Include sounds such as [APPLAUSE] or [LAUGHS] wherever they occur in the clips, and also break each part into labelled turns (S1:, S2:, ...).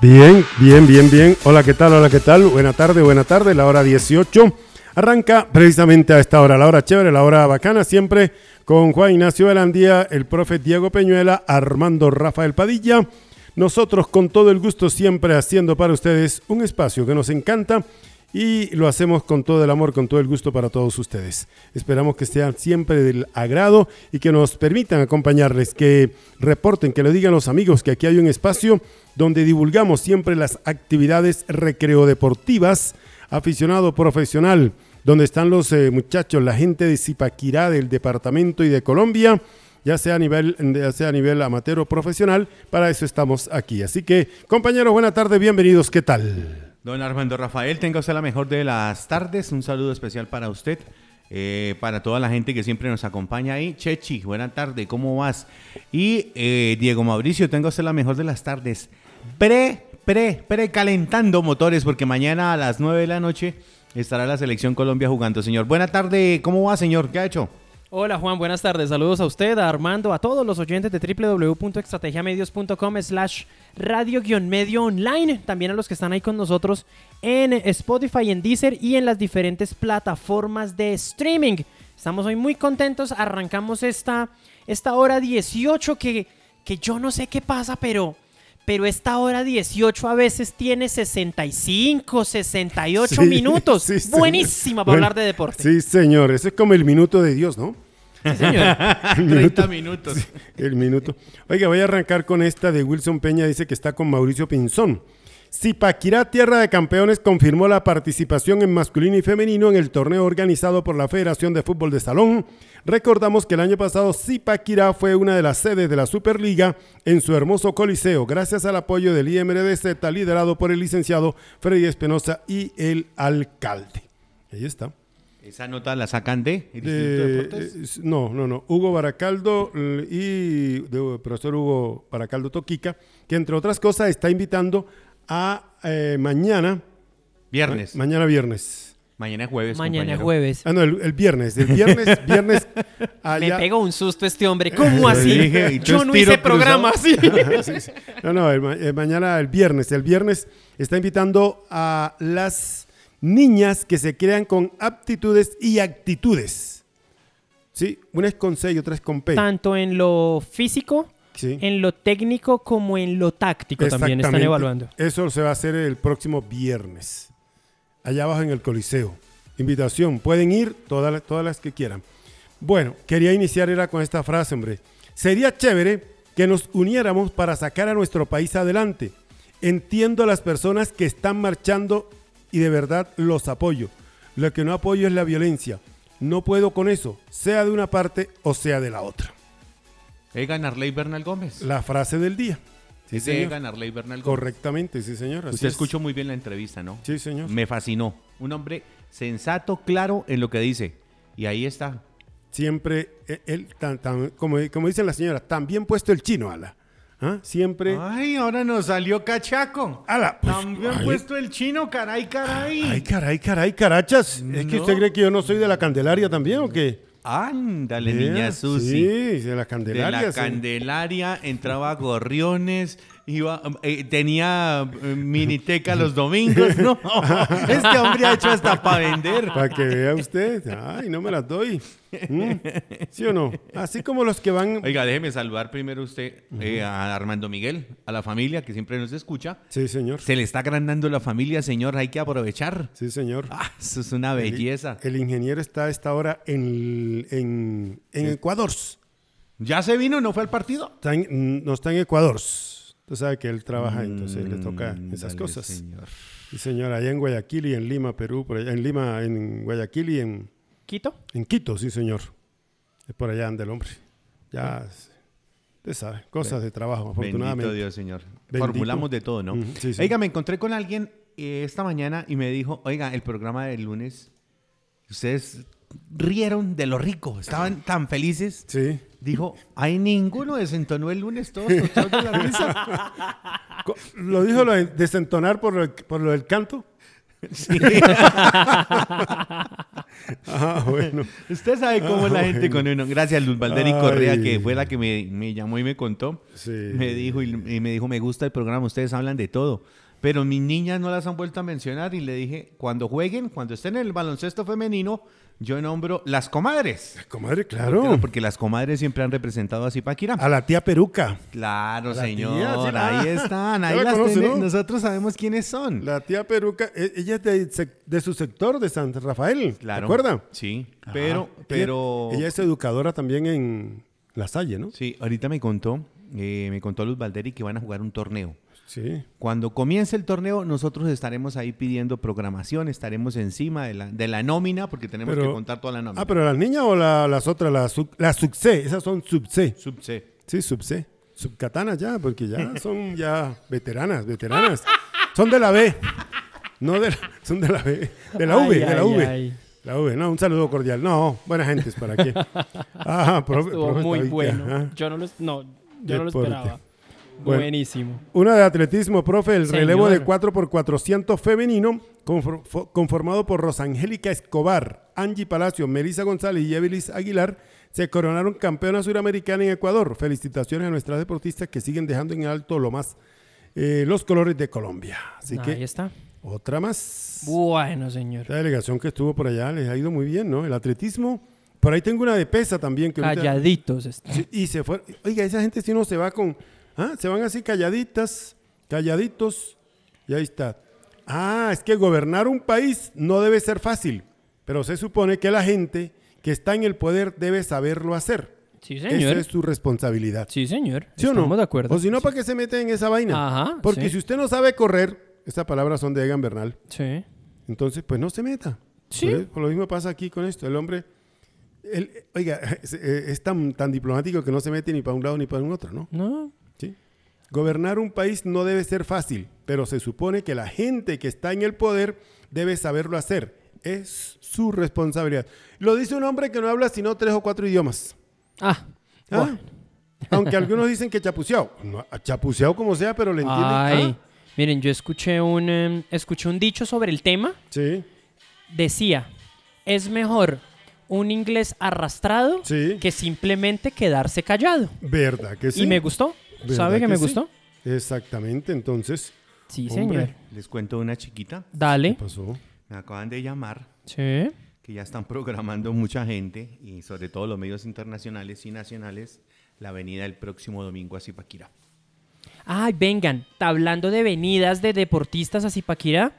S1: Bien, bien, bien, bien. Hola, ¿qué tal? Hola, ¿qué tal? Buena tarde, buena tarde. La hora 18 arranca precisamente a esta hora, la hora chévere, la hora bacana, siempre con Juan Ignacio Velandía, el profe Diego Peñuela, Armando Rafael Padilla. Nosotros con todo el gusto siempre haciendo para ustedes un espacio que nos encanta y lo hacemos con todo el amor, con todo el gusto para todos ustedes. Esperamos que sean siempre del agrado y que nos permitan acompañarles, que reporten, que le digan los amigos que aquí hay un espacio donde divulgamos siempre las actividades recreo-deportivas, aficionado profesional, donde están los eh, muchachos, la gente de Zipaquirá, del departamento y de Colombia, ya sea a nivel, ya sea a nivel amateur o profesional, para eso estamos aquí. Así que, compañeros, buena tarde, bienvenidos, ¿qué tal?
S2: Don Armando Rafael, tenga usted la mejor de las tardes, un saludo especial para usted. Eh, para toda la gente que siempre nos acompaña ahí. Chechi, buena tarde, ¿cómo vas? Y eh, Diego Mauricio, tenga usted la mejor de las tardes pre, pre, pre calentando motores, porque mañana a las 9 de la noche estará la selección Colombia jugando, señor. Buena tarde, ¿cómo va, señor? ¿Qué ha hecho?
S3: Hola Juan, buenas tardes. Saludos a usted, a Armando, a todos los oyentes de www.estrategiamedios.com slash radio-medio online. También a los que están ahí con nosotros en Spotify, en Deezer y en las diferentes plataformas de streaming. Estamos hoy muy contentos. Arrancamos esta, esta hora 18 que, que yo no sé qué pasa, pero pero esta hora 18 a veces tiene 65, 68
S1: Sí,
S3: minutos.
S1: sí, señor.
S3: Buenísima para
S1: Bueno,
S3: hablar de deporte.
S1: Sí, señor, ese es como el minuto de Dios, ¿no?
S3: Sí,
S1: [LAUGHS]
S3: señor.
S2: 30 minutos.
S1: El minuto. Oiga, voy a arrancar con esta de Wilson Peña, dice que está con Mauricio Pinzón. Zipaquirá Tierra de Campeones confirmó la participación en masculino y femenino en el torneo organizado por la Federación de Fútbol de Salón. Recordamos que el año pasado Zipaquirá fue una de las sedes de la Superliga en su hermoso coliseo, gracias al apoyo del IMRDZ liderado por el licenciado Freddy Espinosa y el alcalde. Ahí está.
S2: [LAUGHS] Esa nota la sacan de el Instituto de
S1: Eh,
S2: Deportes.
S1: eh, s- no, no, no. Hugo Baracaldo l- y de- profesor Hugo Baracaldo Toquica, que entre otras cosas está invitando a eh, mañana,
S2: Viernes.
S1: ma- mañana viernes.
S2: mañana es jueves.
S3: Mañana es
S2: compañero.
S3: jueves.
S1: Ah, no, el, el viernes, el viernes,
S2: [LAUGHS]
S1: viernes.
S3: Me
S1: allá-
S3: pegó un susto este
S1: Eh,
S3: hombre. ¿Cómo así?
S2: dije, y tú
S3: Yo no
S2: estiro
S3: hice programa así.
S1: No, no, el ma- eh, mañana, el viernes. El viernes está invitando a las niñas que se crean con aptitudes y actitudes. Sí, una es con C y otra es con P.
S3: Tanto en lo físico,
S1: Sí.
S3: en lo técnico, como en lo táctico también están
S1: Exactamente.
S3: evaluando.
S1: Eso se va a hacer el próximo viernes, allá abajo en el Coliseo. Invitación, pueden ir todas, las- todas las que quieran. Bueno, quería iniciar era con esta frase, hombre. Sería chévere que nos uniéramos para sacar a nuestro país adelante. Entiendo a las personas que están marchando y de verdad los apoyo. Lo que no apoyo es la violencia. No puedo con eso, sea de una parte o sea de la otra.
S2: Egan Arley Bernal Gómez.
S1: La frase del día. Sí,
S2: Es de
S1: señor.
S2: Egan Arley Bernal Gómez.
S1: Correctamente, sí, señor. así
S2: Usted
S1: es.
S2: escuchó muy bien la entrevista, ¿no?
S1: Sí, señor.
S2: Me fascinó. Un hombre sensato, claro en lo que dice. Y ahí está.
S1: Siempre, eh, él, tan- tan- como, como dicen las señoras, también puesto el chino, ala. ¿Ah? Siempre.
S2: Ay, ahora nos salió cachaco.
S1: Ala, pues, ay,
S2: el chino, caray, caray.
S1: Ay, caray, caray, carachas. ¿Es que
S2: No.
S1: usted cree que yo no soy de la Candelaria también o qué?
S2: Ándale,
S1: Yeah,
S2: niña Susi.
S1: Sí, de la
S2: De
S1: Candelaria.
S2: la
S1: sí.
S2: Candelaria entraba a Gorriones, iba, eh, tenía eh, miniteca los
S1: [LAUGHS]
S2: domingos. No, este hombre ha hecho hasta para vender.
S1: Para que vea usted. Ay, no me las doy. ¿Mm? ¿Sí o no? Así como los que van.
S2: Oiga, déjeme saludar primero usted eh, a Armando Miguel, a la familia que siempre nos escucha.
S1: Sí, señor.
S2: Se le está agrandando la familia, señor, hay que aprovechar.
S1: Sí, señor.
S2: Ah, eso es una
S1: El-
S2: belleza.
S1: El, ingeniero está a esta hora en, en, en Ecuador.
S2: ¿Ya se vino? ¿No fue al partido?
S1: Está en- no está en Ecuador. Tú sabes que él trabaja, entonces le toca esas
S2: Ándale,
S1: cosas.
S2: Mm, señor.
S1: Sí, señora, allá en Guayaquil y en Lima, Perú, por allá, en Lima, en Guayaquil y en,
S3: ¿Quito?
S1: en Quito, sí, señor. Es por allá anda el hombre. Ya, sí. usted sabe, cosas de trabajo,
S2: Bendito
S1: afortunadamente.
S2: Dios, señor.
S1: Bendito.
S2: Formulamos de todo, ¿no?
S1: Ujú, sí, sí.
S2: Oiga, me encontré con alguien eh, esta mañana y me dijo, oiga, el programa del lunes, ustedes rieron de lo rico, estaban tan felices.
S1: Sí.
S2: Dijo, hay ninguno desentonó el lunes, todos
S1: [LAUGHS]
S2: todos de la risa.
S1: Co- ¿Lo dijo lo de desentonar por, lo- por lo del canto?
S2: Sí.
S1: Ah, [LAUGHS] bueno.
S2: Usted sabe cómo es la gente con uno. Gracias, Luz Valderi
S1: Ay.
S2: Correa, que fue la que me, me llamó y me contó.
S1: Sí.
S2: Me dijo y, y me dijo, me gusta el programa, ustedes hablan de todo. Pero mis niñas no las han vuelto a mencionar y le dije, cuando jueguen, cuando estén en el baloncesto femenino, yo nombro las comadres.
S1: Comadre,
S2: Claro,
S1: claro.
S2: Porque las comadres siempre han representado a Zipaquirá.
S1: A la tía Peruca.
S2: Claro,
S1: la
S2: señor.
S1: tía, sí, la-
S2: ahí están,
S1: Ya
S2: ahí
S1: la
S2: las
S1: conoce,
S2: tenemos.
S1: ¿no?
S2: Nosotros sabemos quiénes son.
S1: La tía Peruca, e- ella es de, sec- de su sector, de San Rafael.
S2: Claro.
S1: ¿Te acuerdas?
S2: Sí.
S1: Ajá.
S2: Pero,
S1: Ella-
S2: pero.
S1: Ella, es educadora también en La Salle, ¿no?
S2: Sí, ahorita me contó, eh, me contó Luz Valderi que van a jugar un torneo.
S1: Sí.
S2: Cuando comience el torneo, nosotros estaremos ahí pidiendo programación, estaremos encima de la, de la nómina, porque tenemos
S1: Pero-
S2: que contar toda la nómina.
S1: Ah, pero las niñas o la- las otras, las, sub- las subse, esas son subse.
S2: Sub C.
S1: Sí, subse. Subcatanas ya, porque
S2: [LAUGHS]
S1: ya son ya veteranas, veteranas. Son de la B. No de la, son de la B. De la
S3: Ay,
S1: V, de la
S3: ay,
S1: V.
S3: ay.
S1: La V, no, un saludo cordial. No, buena gente,
S3: [LAUGHS]
S1: ¿para qué? Ajá, Ah, profe-
S3: Estuvo
S1: profe
S3: muy
S1: Tabique, ajá.
S3: bueno. Yo no lo, es- no, yo no lo
S1: Deporte.
S3: esperaba.
S1: Bueno.
S3: Buenísimo.
S1: Una de atletismo, profe, el
S3: Señor.
S1: relevo de 4x400 femenino, confor- fo- conformado por Rosangélica Escobar, Angie Palacio, Melissa González y Evelis Aguilar, se coronaron campeona suramericana en Ecuador. Felicitaciones a nuestras deportistas que siguen dejando en alto lo más eh, los colores de Colombia. Así
S3: Ahí
S1: que,
S3: está.
S1: otra más.
S3: Bueno, señor.
S1: Esta delegación que estuvo por allá les ha ido muy bien, ¿no? El atletismo. Por ahí tengo una de pesa también.
S3: Ah,
S1: Que ahorita-
S3: Calladitos. est-
S1: Sí, y se fue. Oiga, esa gente si no se va con. ¿ah? Se van así calladitas, calladitos. Y ahí está. Ah, es que gobernar un país no debe ser fácil. Pero se supone que la gente que está en el poder debe saberlo hacer.
S3: Sí,
S1: Esa
S3: señor.
S1: Este es su responsabilidad.
S3: Sí, señor.
S1: ¿Sí o no?
S3: Estamos de acuerdo.
S1: O si no, ¿para qué se mete en esa vaina?
S3: Ajá,
S1: Porque
S3: sí.
S1: si usted no sabe correr, esas palabras son de Egan Bernal.
S3: Sí.
S1: Entonces, pues no se meta.
S3: Sí.
S1: Por, por lo mismo pasa aquí con esto. El hombre, él, oiga, [LAUGHS] es, eh, es tan, tan diplomático que no se mete ni para un lado ni para un otro, ¿no?
S3: No.
S1: ¿Sí? Gobernar un país no debe ser fácil, pero se supone que la gente que está en el poder debe saberlo hacer. Es su responsabilidad. Lo dice un hombre que no habla sino tres o cuatro idiomas.
S3: Ah.
S1: ¿ah?
S3: Bueno.
S1: Aunque algunos dicen que chapuceado. No, chapuceado como sea, pero le entienden.
S3: Ay.
S1: ¿ah?
S3: Miren, yo escuché un, em, escuché un dicho sobre el tema.
S1: Sí.
S3: Decía, es mejor un inglés arrastrado
S1: Sí.
S3: que simplemente quedarse callado.
S1: ¿Verdad que sí?
S3: Y me gustó.
S1: ¿Verdad
S3: ¿Sabe que, me
S1: sí?
S3: gustó?
S1: Exactamente, entonces.
S3: Sí,
S1: Hombre.
S3: señor.
S2: Les cuento una chiquita.
S3: Dale.
S1: ¿Qué pasó?
S2: Me acaban de llamar,
S3: Sí.
S2: que ya están [LAUGHS] programando mucha gente, y sobre todo los medios internacionales y nacionales, la venida el próximo domingo a Zipaquirá.
S3: Ay, vengan, ta- hablando de venidas de deportistas a Zipaquirá,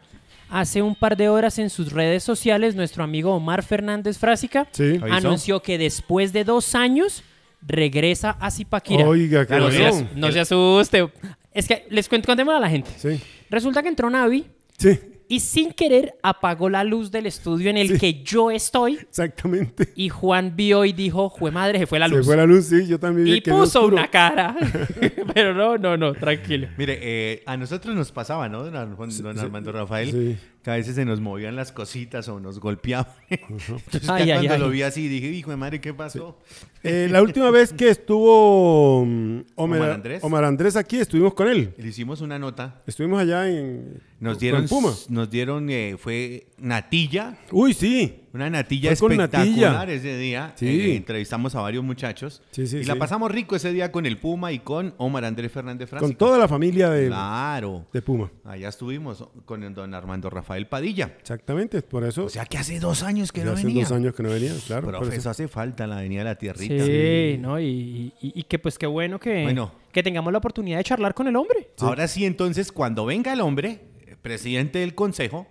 S3: hace un par de horas en sus redes sociales nuestro amigo Omar Fernández Frásica
S1: Sí.
S2: ¿Avisó?
S3: anunció que después de dos años regresa a Zipaquirá.
S1: Oiga, qué
S3: Ah, no, se as-
S1: razón.
S3: no se asuste. Es que les cuento, contémosle a la gente.
S1: Sí.
S3: Resulta que entró Navi
S1: Sí,
S3: y sin querer apagó la luz del estudio en el
S1: Sí.
S3: que yo estoy
S1: exactamente.
S3: y Juan vio y dijo, jue madre, se fue la
S1: Se
S3: luz.
S1: fue la luz, sí, yo también vi
S3: Y
S1: que era
S3: puso
S1: oscuro.
S3: una
S2: [LAUGHS]
S3: cara. [LAUGHS] Pero no, no, no, tranquilo.
S2: Mire, eh, a nosotros nos pasaba, ¿no, don, Ar- don Armando Rafael?
S1: sí.
S2: Que a veces se nos movían las cositas o
S1: [LAUGHS]
S2: nos golpeaban. Entonces, ya
S3: Ay, ay,
S2: cuando
S3: ay.
S2: lo vi así, dije, hijo de madre, ¿qué pasó?
S1: Eh, la última vez que estuvo mm, Omar,
S2: Omar
S1: Omar,
S2: Andrés.
S1: Andrés. aquí, estuvimos con él.
S2: Le hicimos una nota.
S1: Estuvimos allá en
S2: Nos
S1: con
S2: dieron,
S1: Puma.
S2: nos dieron eh, fue natilla,
S1: Uy, sí.
S2: una natilla
S1: Fue con
S2: espectacular
S1: natilla.
S2: ese día.
S1: Sí.
S2: Eh, entrevistamos a varios muchachos.
S1: Sí, sí,
S2: y la
S1: sí.
S2: pasamos rico ese día con el Puma y con Omar Andrés Fernández Francisco.
S1: Con toda la familia de,
S2: Claro.
S1: de Puma.
S2: Allá estuvimos con el don Armando Rafael Padilla.
S1: Exactamente, por eso.
S2: O sea que hace dos años que
S1: ya
S2: no
S1: hace
S2: venía.
S1: dos años que no venía, claro. por
S2: Profe,
S1: eso.
S2: eso hace falta en la Avenida de la Tierrita.
S3: Sí, ¿no? Y, y- y que pues qué bueno que,
S2: Bueno.
S3: que tengamos la oportunidad de charlar con el hombre.
S2: Ahora sí, entonces, cuando venga el hombre, eh, presidente del consejo,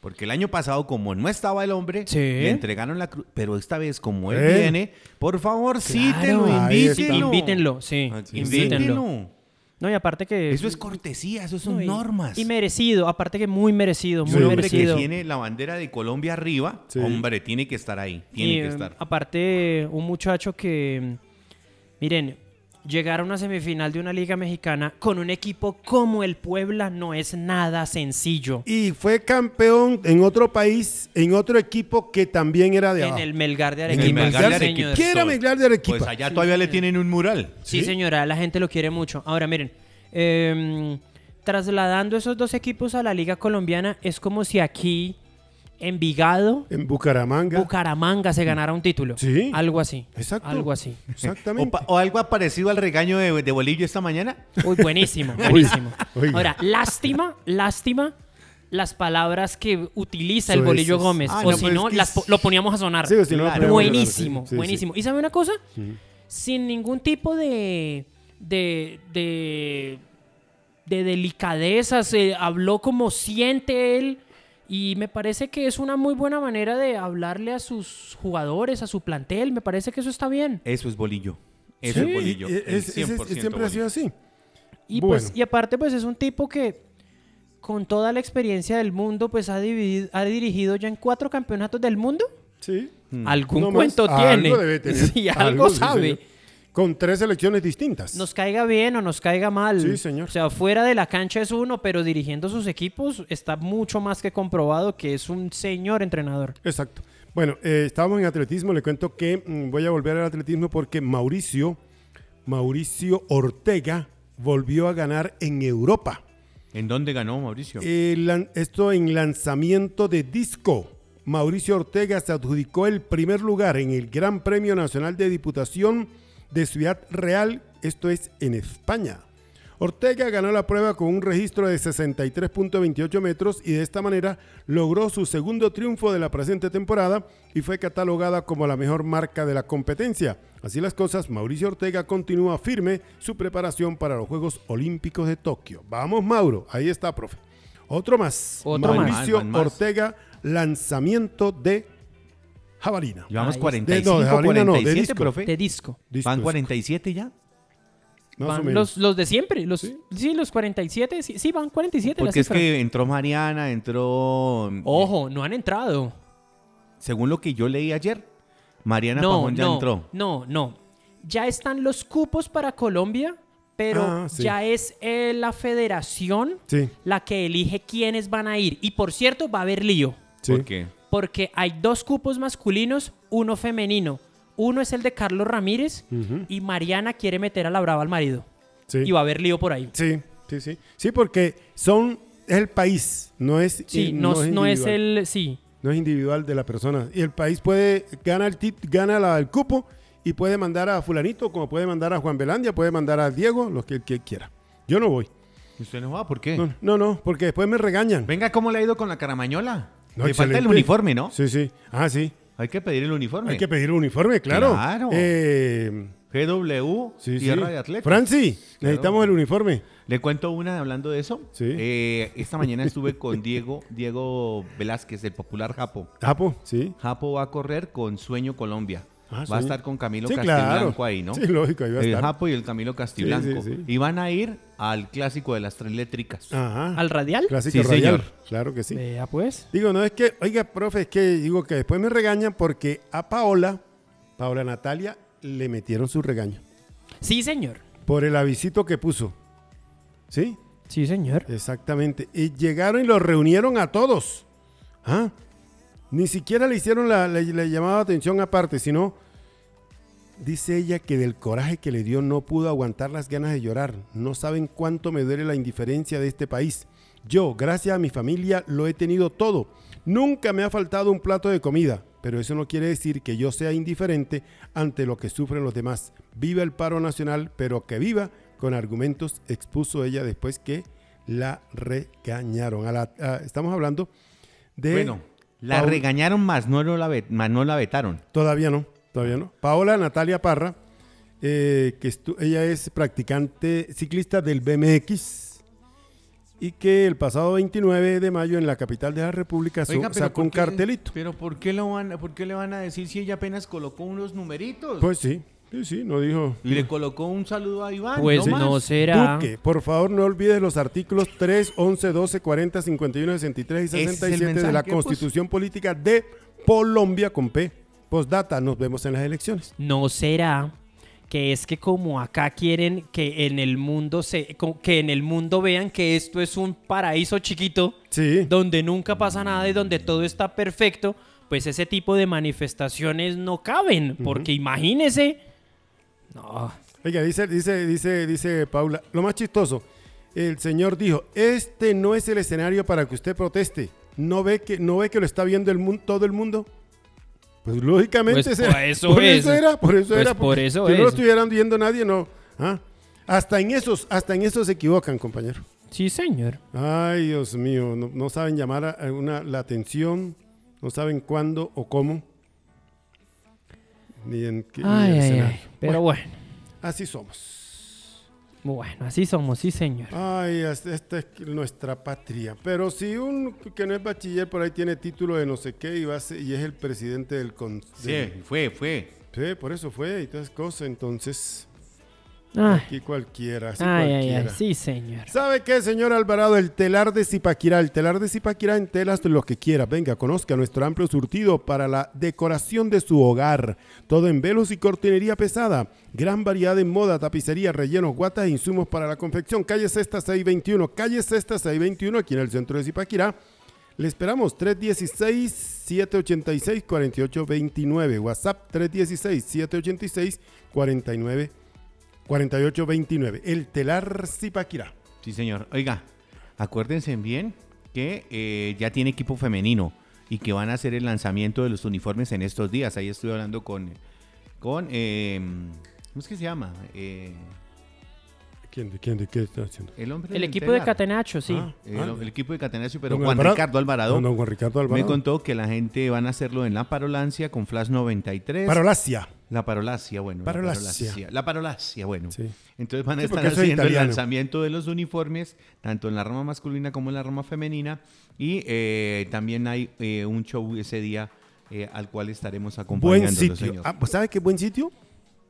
S2: porque el año pasado, como no estaba el hombre,
S3: Sí.
S2: le entregaron la cruz. Pero esta vez, como él
S1: ¿Eh?
S2: viene, por favor, cítenlo,
S3: Claro,
S1: ahí está.
S2: invítenlo.
S3: Invítenlo, sí,
S2: Ah,
S3: invítenlo.
S2: invítenlo.
S3: No, y aparte que...
S2: Eso es cortesía, eso son
S3: no, y-
S2: normas.
S3: Y merecido, aparte que muy merecido,
S1: Sí.
S3: muy
S2: un hombre que
S3: merecido.
S2: tiene la bandera de Colombia arriba,
S1: Sí.
S2: hombre, tiene que estar ahí, tiene
S3: Y,
S2: que
S3: eh,
S2: estar.
S3: Aparte, un muchacho que... mm, Miren, llegar a una semifinal de una liga mexicana con un equipo como el Puebla no es nada sencillo.
S1: Y fue campeón en otro país, en otro equipo que también era de
S3: En
S1: abajo.
S3: el Melgar de
S2: el
S3: Arequipa.
S2: Melgar de
S3: sí,
S2: Arequipa.
S3: señor.
S1: ¿Qué era Melgar de Arequipa?
S2: Pues allá todavía le tienen un mural.
S3: Sí,
S1: ¿Sí?
S3: señora, la gente lo quiere mucho. Ahora, miren, eh, trasladando esos dos equipos a la Liga Colombiana, es como si aquí, Envigado,
S1: En Bucaramanga.
S3: Bucaramanga se ganara un título.
S1: Sí.
S3: Algo así.
S1: Exacto.
S3: Algo así.
S1: Exactamente.
S2: O, pa- o algo parecido al regaño de, de Bolillo esta mañana.
S3: Uy,
S1: [LAUGHS]
S3: buenísimo, buenísimo.
S1: oiga.
S3: Ahora, lástima, lástima las palabras que utiliza
S1: Eso
S3: el Bolillo
S1: es.
S3: Gómez.
S2: Ah,
S3: o
S2: no,
S3: si
S2: pues
S3: no,
S2: es que
S3: las po- lo poníamos a sonar.
S1: Sí, o si no,
S2: Claro.
S1: ponemos-
S3: Buenísimo,
S1: Sí, sí.
S3: buenísimo. ¿Y sabe una cosa? Sin ningún tipo de. de. de, de delicadezas. eh, habló como siente él. Y me parece que es una muy buena manera de hablarle a sus jugadores, a su plantel. Me parece que eso está bien.
S2: Eso es Bolillo.
S1: Sí,
S2: Eso es Bolillo.
S1: y- y-
S2: el
S1: es- es- es-
S2: 100%
S1: siempre ha sido
S2: Bolillo.
S1: así.
S3: Y,
S1: Bueno.
S3: pues, y aparte, pues es un tipo que con toda la experiencia del mundo, pues ha, dividido- ha dirigido ya en cuatro campeonatos del mundo.
S1: Sí.
S2: Mm.
S3: Algún
S1: No más,
S3: cuento tiene. [LAUGHS]
S1: Algo debe tener.
S3: Sí, algo,
S1: sí,
S3: sabe.
S1: señor. Con tres elecciones distintas.
S3: nos caiga bien o nos caiga mal.
S1: Sí, señor.
S3: O sea, fuera de la cancha es uno, pero dirigiendo sus equipos está mucho más que comprobado que es un señor entrenador.
S1: Exacto. Bueno, eh, estábamos en atletismo. Le cuento que mm, voy a volver al atletismo porque Mauricio, Mauricio Ortega volvió a ganar en Europa.
S2: ¿En dónde ganó Mauricio?
S1: El lan- esto en lanzamiento de disco. Mauricio Ortega se adjudicó el primer lugar en el Gran Premio Nacional de Diputación de Ciudad Real, esto es en España. Ortega ganó la prueba con un registro de 63.28 metros y de esta manera logró su segundo triunfo de la presente temporada y fue catalogada como la mejor marca de la competencia. Así las cosas, Mauricio Ortega continúa firme su preparación para los Juegos Olímpicos de Tokio. Vamos, Mauro, ahí está, profe. Otro más.
S3: Otro más.
S1: Mauricio
S2: Van, van más.
S1: Ortega, lanzamiento de jabalina.
S2: Llevamos
S3: Ahí está.
S2: 45,
S1: De- no, de jabalina no, de
S2: 47,
S1: disco.
S2: profe.
S3: De disco.
S1: Disco,
S2: ¿Van
S1: disco.
S2: 47 ya?
S1: Más
S3: Van
S1: o
S3: los,
S1: menos.
S3: los de siempre. Los, ¿Sí? los 47. Sí, sí, van 47 la Oh.
S2: Porque es
S3: cifra.
S2: que entró Mariana, entró...
S3: Ojo, no han entrado.
S2: Según lo que yo leí ayer, Mariana
S3: No,
S2: Pajón ya
S3: no,
S2: entró.
S3: no, no. Ya están los cupos para Colombia, pero
S1: Ah, sí.
S3: ya es eh, la federación
S1: Sí,
S3: la que elige quiénes van a ir. Y por cierto, va a haber lío.
S1: sí.
S2: ¿Por qué?
S3: porque hay dos cupos masculinos, uno femenino. Uno es el de Carlos Ramírez y Mariana quiere meter a la brava al marido.
S1: sí.
S3: Y va a haber lío por ahí.
S1: Sí, sí, sí. Sí, porque son es el país, no es
S3: Sí,
S1: y-
S3: no, no es,
S1: individual.
S3: el... Sí,
S1: no es individual de la persona y el país puede gana el tit- gana la- el cupo y puede mandar a fulanito, como puede mandar a Juan Belandia, puede mandar a Diego, los que el que quiera. Yo no voy.
S2: ¿Usted no va? ¿Por qué?
S1: No, no, no, porque después me regañan.
S2: Venga, ¿cómo le ha ido con la caramañola?
S1: No,
S2: le falta el
S1: excelente.
S2: uniforme, ¿no?
S1: Sí, sí. Ah, sí.
S2: Hay que pedir el uniforme.
S1: Hay que pedir un uniforme, claro.
S2: Claro.
S1: Eh,
S2: GW,
S1: sí, sí.
S2: Tierra de Atletas.
S1: Franci, necesitamos el uniforme.
S2: Le cuento una hablando de eso.
S1: Sí.
S2: Eh,
S1: [LAUGHS]
S2: esta mañana estuve con Diego, Diego Velázquez, el popular Japo.
S1: Japo, sí.
S2: Japo va a correr con Sueño Colombia.
S1: Ah,
S2: va
S1: sí.
S2: a estar con Camilo
S1: Sí,
S2: Castiblanco
S1: claro.
S2: ahí, ¿no?
S1: Sí, lógico, ahí va a
S2: el
S1: estar.
S2: Japo y el Camilo Castiblanco.
S1: sí, Ah, sí.
S2: Y van a ir al clásico de las tres eléctricas.
S1: Ajá.
S3: al radial.
S1: Clásico
S2: Sí,
S1: radial.
S2: señor.
S1: Claro que sí.
S3: Vea pues.
S1: Digo, no es que, oiga, profe, es que digo que después me regañan porque a Paola, Paola Natalia, le metieron su regaño
S3: Sí, señor.
S1: por el avisito que puso. ¿Sí?
S3: Sí, señor.
S1: Exactamente. Y llegaron y los reunieron a todos. ¿Ah? Ni siquiera le hicieron la, le, le llamaba atención aparte, sino dice ella que del coraje que le dio no pudo aguantar las ganas de llorar. No saben cuánto me duele la indiferencia de este país. Yo, gracias a mi familia, lo he tenido todo. Nunca me ha faltado un plato de comida, pero eso no quiere decir que yo sea indiferente ante lo que sufren los demás. Viva el paro nacional, pero que viva con argumentos, expuso ella después que la regañaron. A la- a- estamos hablando de...
S2: Bueno, la
S1: Paul-
S2: regañaron más, no, lo la vet- más no la vetaron.
S1: Todavía no, todavía no. Paola Natalia Parra, eh, que estu- ella es practicante ciclista del BMX y que el pasado 29 de mayo en la capital de la República su- sacó un cartelito.
S2: Pero ¿por qué, lo van, ¿por qué le van a decir si ella apenas colocó unos numeritos?
S1: Pues sí, sí, sí, no dijo.
S2: y le colocó un saludo a Iván.
S3: Pues
S2: no,
S3: no,
S2: más.
S3: será.
S1: Duque, por favor no olvides los artículos 3, 11, 12, 40, 51, 63 y
S2: Ese es el
S1: 67 de
S2: mensaje pues.
S1: la
S2: que puso.
S1: Constitución Política de Colombia con P. Postdata, nos vemos en las elecciones.
S3: No será que es que como acá quieren que en el mundo se como que en el mundo vean que esto es un paraíso chiquito
S1: Sí.
S3: donde nunca pasa nada y donde todo está perfecto, pues ese tipo de manifestaciones no caben, porque imagínese. No.
S1: Oiga, dice, dice, dice, dice Paula, lo más chistoso, el señor dijo, este no es el escenario para que usted proteste. ¿No ve que, no ve que lo está viendo el mundo, todo el mundo? Pues lógicamente
S3: Pues,
S1: será.
S3: por eso es.
S1: era, por eso
S3: Pues,
S1: era.
S3: por
S1: porque
S3: eso
S1: si no lo
S3: es.
S1: estuviera viendo nadie, no. Ah, Hasta en esos, hasta en esos se equivocan, compañero.
S3: Sí, señor.
S1: Ay, Dios mío, no, no saben llamar a- a una- la atención, no saben cuándo o cómo. Ni en qué ni en el
S3: Ay, ay,
S1: escenario.
S3: ay. Pero bueno,
S1: Así somos.
S3: bueno, así somos, sí, señor.
S1: Ay, es- esta es nuestra patria. Pero si un que no es bachiller por ahí tiene título de no sé qué y, va a ser- y es el presidente del consejo.
S2: Sí, fue, fue.
S1: Sí, por eso fue y todas esas cosas. Entonces,
S3: Ay,
S1: aquí cualquiera, así
S3: ay, ay,
S1: cualquiera.
S3: ay, sí, señor.
S1: ¿Sabe qué, señor Alvarado? El telar de Zipaquirá. El telar de Zipaquirá en telas de lo que quiera. Venga, conozca nuestro amplio surtido para la decoración de su hogar. Todo en velos y cortinería pesada. Gran variedad en moda, tapicería, rellenos, guatas e insumos para la confección. Calle Cesta 621. Calle Cesta 621, aquí en el centro de Zipaquirá. Le esperamos 316-786-4829. WhatsApp 316-786-49. 4829, el telar Zipaquirá.
S2: Sí, señor. Oiga, acuérdense bien que eh, ya tiene equipo femenino y que van a hacer el lanzamiento de los uniformes en estos días. Ahí estuve hablando con. con eh, ¿Cómo es que se llama? Eh,
S1: ¿Quién, de- quién, de qué está haciendo?
S2: el hombre.
S3: El
S2: del
S3: equipo de
S2: telar.
S3: Catenacho, sí.
S1: Ah.
S2: El, el equipo de Catenacio, pero
S1: Don
S2: Juan
S1: Alvarado.
S2: Ricardo Alvarado.
S1: Don, don Juan Ricardo Alvarado.
S2: Me contó que la gente van a hacerlo en La Parolancia con Flash 93.
S1: Parolacia.
S2: La parolacia, bueno. la
S1: Parolacia.
S2: La parolacia, bueno.
S1: Sí.
S2: Entonces van a
S1: Sí,
S2: estar
S1: porque eso es
S2: haciendo el
S1: italiano.
S2: lanzamiento de los uniformes, tanto en la rama masculina como en la rama femenina. Y eh, también hay eh, un show ese día eh, al cual estaremos acompañando.
S1: Buen sitio. Ah, pues, ¿Sabe qué buen sitio?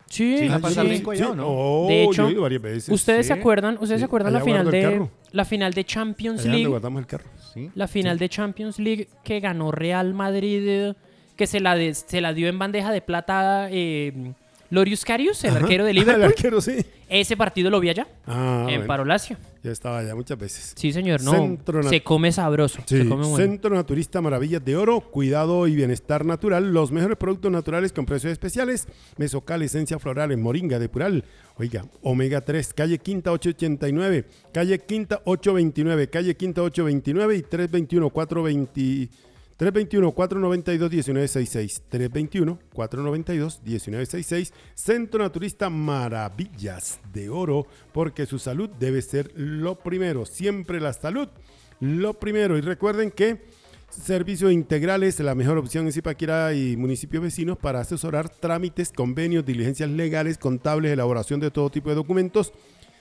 S3: Sí,
S2: Sí, la
S3: sí.
S2: pasaron en Collao, ¿no?
S1: Oh,
S3: De hecho,
S1: yo he ido varias veces.
S3: ¿Ustedes se
S2: sí.
S3: acuerdan? ¿Ustedes
S1: Sí,
S3: se acuerdan la
S1: allá
S3: final
S1: guardo el
S3: de
S1: carro.
S3: la final de Champions
S1: Allá donde
S3: League?
S1: guardamos el carro.
S2: ¿Sí?
S3: La final de Champions League que ganó Real Madrid, eh, que se la, des- se la dio en bandeja de plata eh, Lorius Karius, el arquero
S1: [LAUGHS]
S3: de
S1: El
S3: Liverpool.
S1: arquero, sí.
S3: Ese partido lo vi allá,
S1: Ah,
S3: en
S1: bueno.
S3: Parolacio.
S1: Ya estaba allá muchas veces.
S3: Sí, señor, no.
S1: Centro nat-
S3: se come sabroso.
S1: Sí,
S3: Se come bueno.
S1: Centro Naturista Maravillas de Oro, cuidado y bienestar natural, los mejores productos naturales con precios especiales, mesocal, esencia floral en moringa de Pural, oiga, Omega 3, calle Quinta 889, calle Quinta 829, calle Quinta 829 y 321 420 321 492 1966 321 492 1966 Centro Naturista Maravillas de Oro, porque su salud debe ser lo primero, siempre la salud lo primero. Y recuerden que Servicio Integral es la mejor opción en Zipaquirá y municipios vecinos para asesorar trámites, convenios, diligencias legales, contables, elaboración de todo tipo de documentos.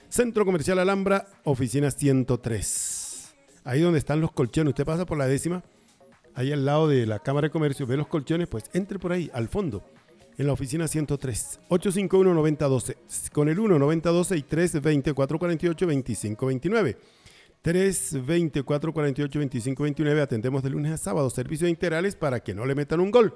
S1: Centro Comercial Alhambra, oficina 103. Ahí donde están los colchones. Usted pasa por la décima, ahí al lado de la Cámara de Comercio, ve los colchones, pues entre por ahí, al fondo, en la oficina 103, 851-9012, con el 1-9012 y 320-448-2529. 320 448 25 29 Atendemos de lunes a sábado. Servicios integrales para que no le metan un gol.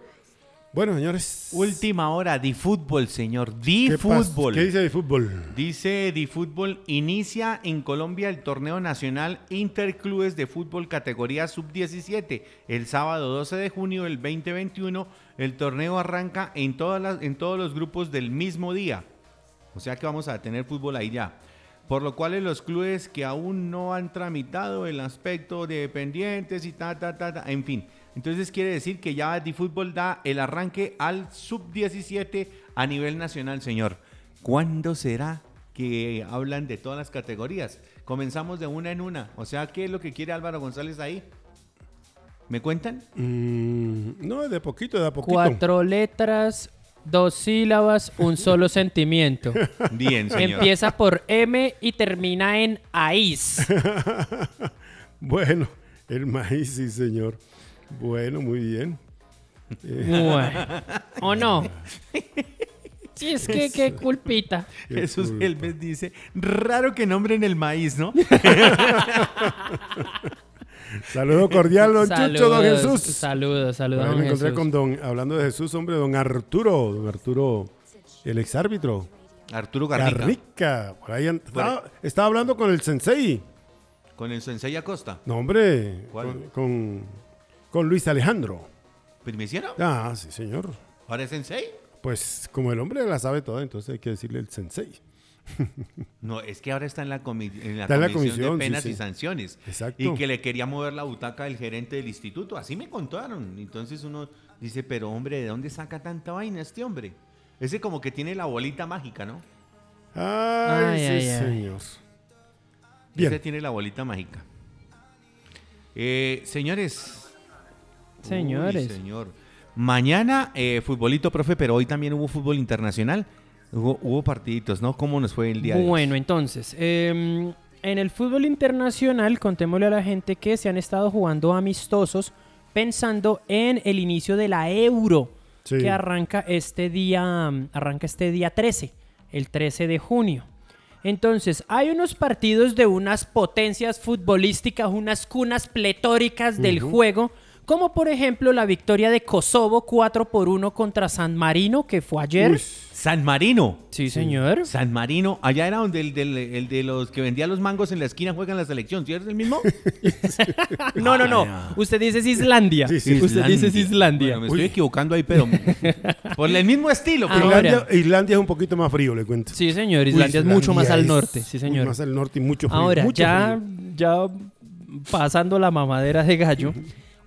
S1: Bueno, señores.
S2: Última hora, di fútbol, señor. Di
S1: ¿qué pas-
S2: fútbol.
S1: ¿Qué dice de fútbol?
S2: Dice DiFútbol, inicia en Colombia el torneo nacional Interclubes de Fútbol categoría sub-17. El sábado 12 de junio del 2021, el torneo arranca en, todas las, en todos los grupos del mismo día. O sea que vamos a tener fútbol ahí ya. Por lo cual los clubes que aún no han tramitado el aspecto de dependientes y ta, ta, ta, ta, en fin. Entonces quiere decir que ya DiFútbol da el arranque al sub-17 a nivel nacional, señor. ¿Cuándo será que hablan de todas las categorías? Comenzamos de una en una. O sea, ¿qué es lo que quiere Álvaro González ahí? ¿Me cuentan?
S1: Mm, no, de poquito, de a poquito.
S3: Cuatro letras, dos sílabas, un
S1: [LAUGHS]
S3: solo sentimiento.
S2: Bien, señor.
S3: Empieza por M y termina en AIS.
S1: Bueno, el maíz, sí, señor. Bueno, muy bien.
S3: Bueno. [LAUGHS] ¿O no? Sí, es que qué culpita.
S1: Qué
S2: Jesús
S1: culpa.
S2: Helves dice, raro que nombren el maíz, ¿no?
S1: Saludo cordial, don Chucho, don Jesús.
S3: Saludos,
S1: Por
S3: saludos.
S1: ahí
S3: don
S1: me encontré
S3: Jesús.
S1: con don, hablando de Jesús, hombre, don Arturo. Don Arturo, el exárbitro.
S2: Arturo Garnica.
S1: Garnica. Por ahí an- estaba, estaba hablando con el sensei.
S2: Con el Sensei Acosta.
S1: No, hombre.
S2: ¿Cuál?
S1: Con, con, con Luis Alejandro.
S2: ¿Primiciero?
S1: Ah, sí, señor.
S2: Pues, ¿Ahora es Sensei?
S1: Pues como el hombre la sabe toda, entonces hay que decirle el sensei.
S2: No, es que ahora está en la, comi- en la
S1: Está en la
S2: comisión,
S1: comisión, sí,
S2: de penas
S1: sí.
S2: y sanciones.
S1: Exacto.
S2: Y que le quería mover la butaca del gerente del instituto. Así me contaron. Entonces uno dice, pero hombre, ¿de dónde saca tanta vaina este hombre? Ese como que tiene la bolita mágica, ¿no?
S1: Ay,
S3: Ay,
S1: sí,
S3: ay, ay.
S1: señor. Bien.
S2: Ese tiene la bolita mágica. Eh, señores. Uy,
S3: Señores.
S2: señor. Mañana eh, futbolito, profe, pero hoy también hubo fútbol internacional. Hubo, hubo partiditos, ¿no? ¿Cómo nos fue el día de hoy?
S3: Bueno, entonces, eh, en el fútbol internacional, contémosle a la gente que se han estado jugando amistosos pensando en el inicio de la Euro,
S1: Sí.
S3: que arranca este día, mm, arranca este día 13, el 13 de junio. Entonces, hay unos partidos de unas potencias futbolísticas, unas cunas pletóricas del juego, como por ejemplo la victoria de Kosovo 4 por 1 contra San Marino, que fue ayer.
S1: Uy,
S2: San Marino.
S3: Sí, señor.
S2: San Marino, allá era donde el, del- el de los que vendía los mangos en la esquina juega en la selección, ¿cierto? ¿Es el mismo?
S3: [LAUGHS] No, Ah, no, no.
S2: Ah.
S3: Usted dice es Islandia.
S1: Sí, sí,
S3: Usted dice es Islandia.
S2: Bueno, me estoy equivocando ahí, pero [LAUGHS] por el mismo estilo. pero-
S3: Ah, Ahora.
S1: Islandia, Islandia es un poquito más frío, le cuento.
S3: Sí, señor. Islandia es mucho más al
S1: es
S3: norte. Sí, señor.
S1: Más al norte y mucho frío.
S3: Ahora,
S1: mucho
S3: ya,
S1: frío.
S3: ya pasando la mamadera de gallo,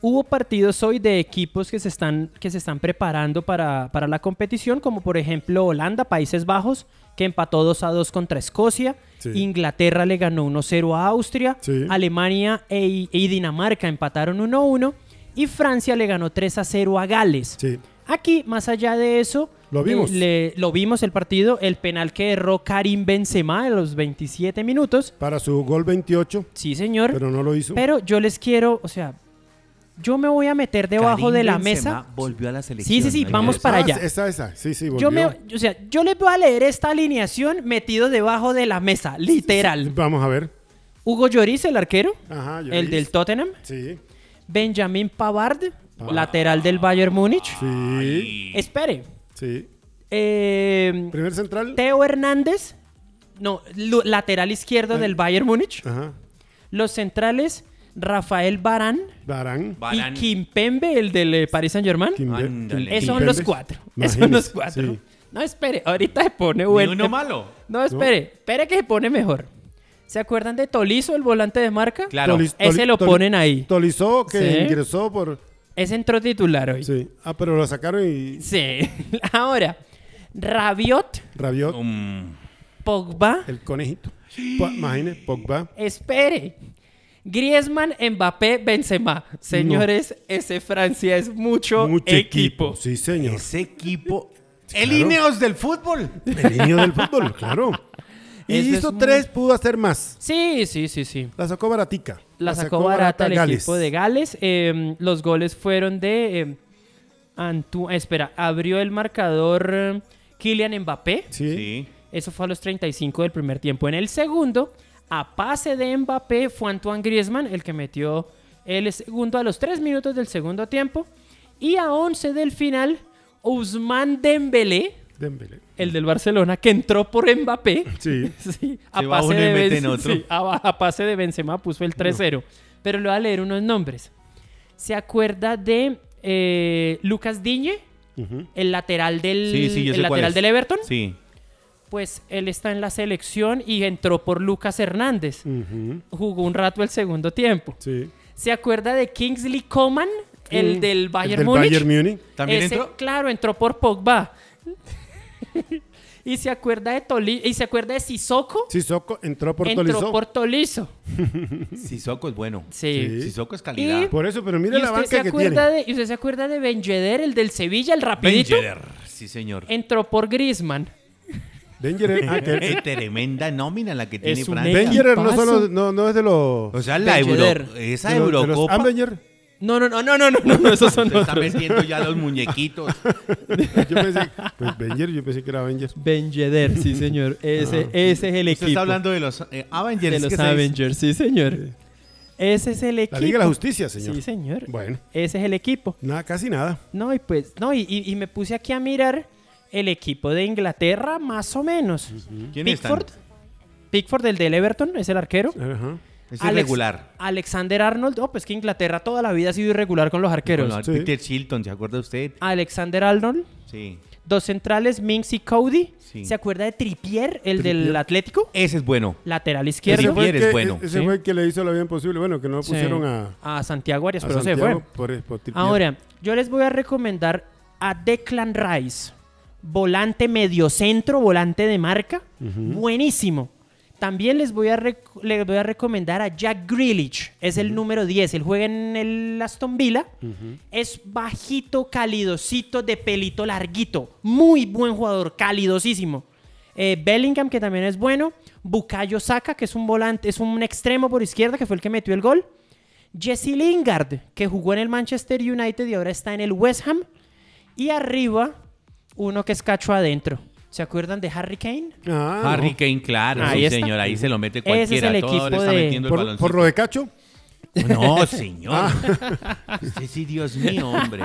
S3: hubo partidos hoy de equipos que se están, que se están preparando para, para la competición, como por ejemplo Holanda, Países Bajos, que empató 2 a 2 contra Escocia.
S1: Sí.
S3: Inglaterra le ganó 1-0 a Austria.
S1: Sí.
S3: Alemania e- y Dinamarca empataron 1-1. Y Francia le ganó 3 a 0 a Gales.
S1: Sí.
S3: Aquí, más allá de eso, eh,
S1: Lo vimos.
S3: le- lo vimos el partido, el penal que erró Karim Benzema a los 27 minutos.
S1: Para su gol 28,
S3: Sí, señor.
S1: pero no lo hizo.
S3: Pero yo les quiero, o sea, yo me voy a meter debajo
S2: Karim
S3: de la
S2: Benzema
S3: mesa.
S2: Volvió a la selección.
S3: Sí, sí, sí,
S2: ¿no?
S3: vamos para
S1: Ah,
S3: allá.
S1: Esa, esa. Sí, sí,
S3: Yo me,
S1: volvió.
S3: o sea, yo les voy a leer esta alineación metido debajo de la mesa, literal.
S1: Vamos a ver.
S3: Hugo Lloris, el arquero,
S1: Ajá, Lloris.
S3: el del Tottenham.
S1: Sí.
S3: Benjamin Pavard, lateral del Bayern Múnich.
S1: Sí.
S3: Espere.
S1: Sí.
S3: Eh,
S1: Primer central.
S3: Teo Hernández, no, lu- lateral izquierdo del Bayern Múnich.
S1: Ajá.
S3: Los centrales, Rafael Barán
S1: Barán.
S3: y
S2: Varane.
S3: Kimpembe, el del eh, Paris Saint Germain.
S1: Kim-
S2: Ándale.
S1: Kim-
S3: Esos son
S1: Kimpembe.
S3: los cuatro. [LAUGHS] Esos son los
S1: Imagínese,
S3: cuatro.
S1: sí.
S3: No, espere, ahorita se pone
S2: Ni
S3: bueno.
S2: uno malo.
S3: No, espere, espere que se pone mejor. ¿Se acuerdan de Tolizo, el volante de marca?
S2: Claro.
S1: Tolis-
S3: Ese
S1: Toli-
S3: lo
S1: Toli-
S3: ponen ahí.
S1: Tolizó, que
S3: Sí.
S1: ingresó por...
S3: Ese entró titular hoy. Sí.
S1: Sí. Ah, pero lo sacaron y
S3: [LAUGHS] Ahora, Rabiot,
S1: rabió
S2: Mm.
S3: Pogba,
S1: el conejito. Po- Imagine, Pogba.
S3: espere. Griezmann, Mbappé, Benzema. Señores, ese Francia es mucho,
S1: Mucho
S3: equipo.
S1: equipo. Sí, señor.
S2: Ese equipo.
S1: Claro.
S2: El Ineos del fútbol.
S1: El niño del
S3: [LAUGHS]
S1: fútbol, claro. Y
S3: Eso es
S1: hizo
S3: muy-
S1: tres, pudo hacer más.
S3: Sí, sí, sí, sí.
S1: La sacó baratica.
S3: La sacó barata el equipo de Gales. Eh, los goles fueron de eh, Antu- eh, Espera, abrió el marcador eh, Kylian Mbappé.
S1: Sí.
S3: Eso fue a los 35 del primer tiempo. En el segundo, a pase de Mbappé, fue Antoine Griezmann el que metió el segundo a los 3 minutos del segundo tiempo. Y a 11 del final, Ousmane Dembélé,
S1: Dembélé.
S3: el del Barcelona, que entró por Mbappé.
S1: Sí.
S3: [LAUGHS] Sí, a
S2: Se va
S3: pase,
S2: uno y
S3: de
S2: mete en
S3: Benz- [LAUGHS]
S2: otro.
S3: sí, a, a pase de Benzema puso el 3-0. Pero le voy a leer unos nombres. ¿Se acuerda de eh, Lucas Digne?
S1: Ujú.
S3: El lateral del,
S2: Sí, sí, yo
S3: el
S2: sé cuál
S3: lateral
S2: es.
S3: del Everton.
S2: Sí.
S3: Pues él está en la selección y entró por Lucas Hernández.
S1: Ujú.
S3: Jugó un rato el segundo tiempo.
S1: Sí.
S3: ¿Se acuerda de Kingsley Coman? [LAUGHS] El
S1: Mm.
S3: del Bayern
S1: del
S3: Múnich.
S1: Bayern Múnich.
S2: ¿También
S3: Ese,
S2: entró?
S3: Claro, entró por Pogba. [LAUGHS] y se acuerda de Toli y se acuerda de Sissoko.
S1: Sissoko entró por
S3: entró
S1: Tolizó.
S3: por Tolizo.
S2: Sissoko es bueno.
S3: Sí.
S1: Sí.
S2: Sissoko es calidad.
S1: Por eso, pero
S3: ¿Y
S1: mire la
S3: usted, se
S1: banca que tiene.
S3: acuerda de, y usted se acuerda de Ben Yedder, el del Sevilla, el rapidito?
S2: Benjeder. Sí, señor.
S3: Entró por Griezmann.
S1: Wenger, ah,
S3: [LAUGHS]
S1: que-
S2: Qué tremenda nómina la que tiene
S3: Es un
S2: Francia.
S1: Wenger no,
S3: Equipazo.
S1: solo, no, no es de los...
S2: O sea, la
S3: Benjeder.
S2: Euro, esa
S1: de los- ah, de los
S2: Eurocopa.
S1: Avenger.
S3: No, no, no, no, no, no, no, no, esos [LAUGHS] son
S2: Se está
S3: otros.
S2: metiendo
S3: [LAUGHS]
S2: ya los muñequitos.
S1: [LAUGHS] Yo pensé, pues Wenger, yo pensé que era Wenger.
S3: Ben Yedder, sí,
S1: [LAUGHS]
S3: señor.
S1: Ah,
S3: Ese, ese es el
S2: Usted está hablando de los eh, Avengers.
S3: de
S2: es
S3: los
S2: que se dice.
S3: Avengers, sí, señor. Ese es el equipo.
S1: La Liga de la Justicia, señor.
S3: Sí, señor.
S1: Bueno,
S3: Ese es el equipo.
S1: nada, casi nada.
S3: No, y pues, no, y, y- y me puse aquí a mirar el equipo de Inglaterra, más o menos.
S2: ¿Quién
S3: Pickford,
S2: están?
S3: Pickford, el del Everton, es el arquero.
S1: Ajá.
S2: Es
S3: Alex-
S2: irregular.
S3: Alexander Arnold, oh, pues que Inglaterra toda la vida ha sido irregular con los arqueros.
S2: Bueno,
S1: Sí.
S2: Peter Shilton, ¿se acuerda usted?
S3: Ah. Alexander Arnold,
S2: Sí.
S3: dos centrales, Minks y Cody.
S2: Sí.
S3: ¿Se acuerda de Tripier, el del
S1: Trippier.
S3: Atlético?
S2: Ese es bueno.
S3: Lateral
S1: Ese
S3: izquierdo.
S1: fue, el
S2: Pierre es
S1: que,
S2: bueno,
S1: ese
S3: ¿sí?
S1: fue el que le hizo lo bien posible. Bueno, que no
S3: Sí.
S1: pusieron a,
S3: a Santiago Arias,
S1: a
S3: pero se
S1: Santiago
S3: fue.
S1: por, por Trippier.
S3: Ahora, yo les voy a recomendar a Declan Rice, volante mediocentro, volante de marca, buenísimo. También les voy, a rec- les voy a recomendar a Jack Grealish, es el número 10, él juega en el Aston Villa, es bajito, calidosito, de pelito larguito, muy buen jugador, calidosísimo. Eh, Bellingham, que también es bueno, Bukayo Saka, que es un volante, es un extremo por izquierda, que fue el que metió el gol. Jesse Lingard, que jugó en el Manchester United y ahora está en el West Ham. Y arriba, uno que es cacho adentro. ¿Se acuerdan de Harry Kane?
S1: Ah, no.
S2: Harry Kane, claro,
S3: Ahí
S2: sí,
S3: está.
S2: señor, ahí se lo mete
S3: Ese es
S2: cualquiera.
S3: el
S2: Todo le
S3: equipo
S2: está
S3: de-
S2: metiendo el
S1: por,
S2: baloncito.
S1: por lo de Cacho.
S2: No, señor.
S3: Ah.
S2: [LAUGHS] Sí, sí, Dios mío, hombre.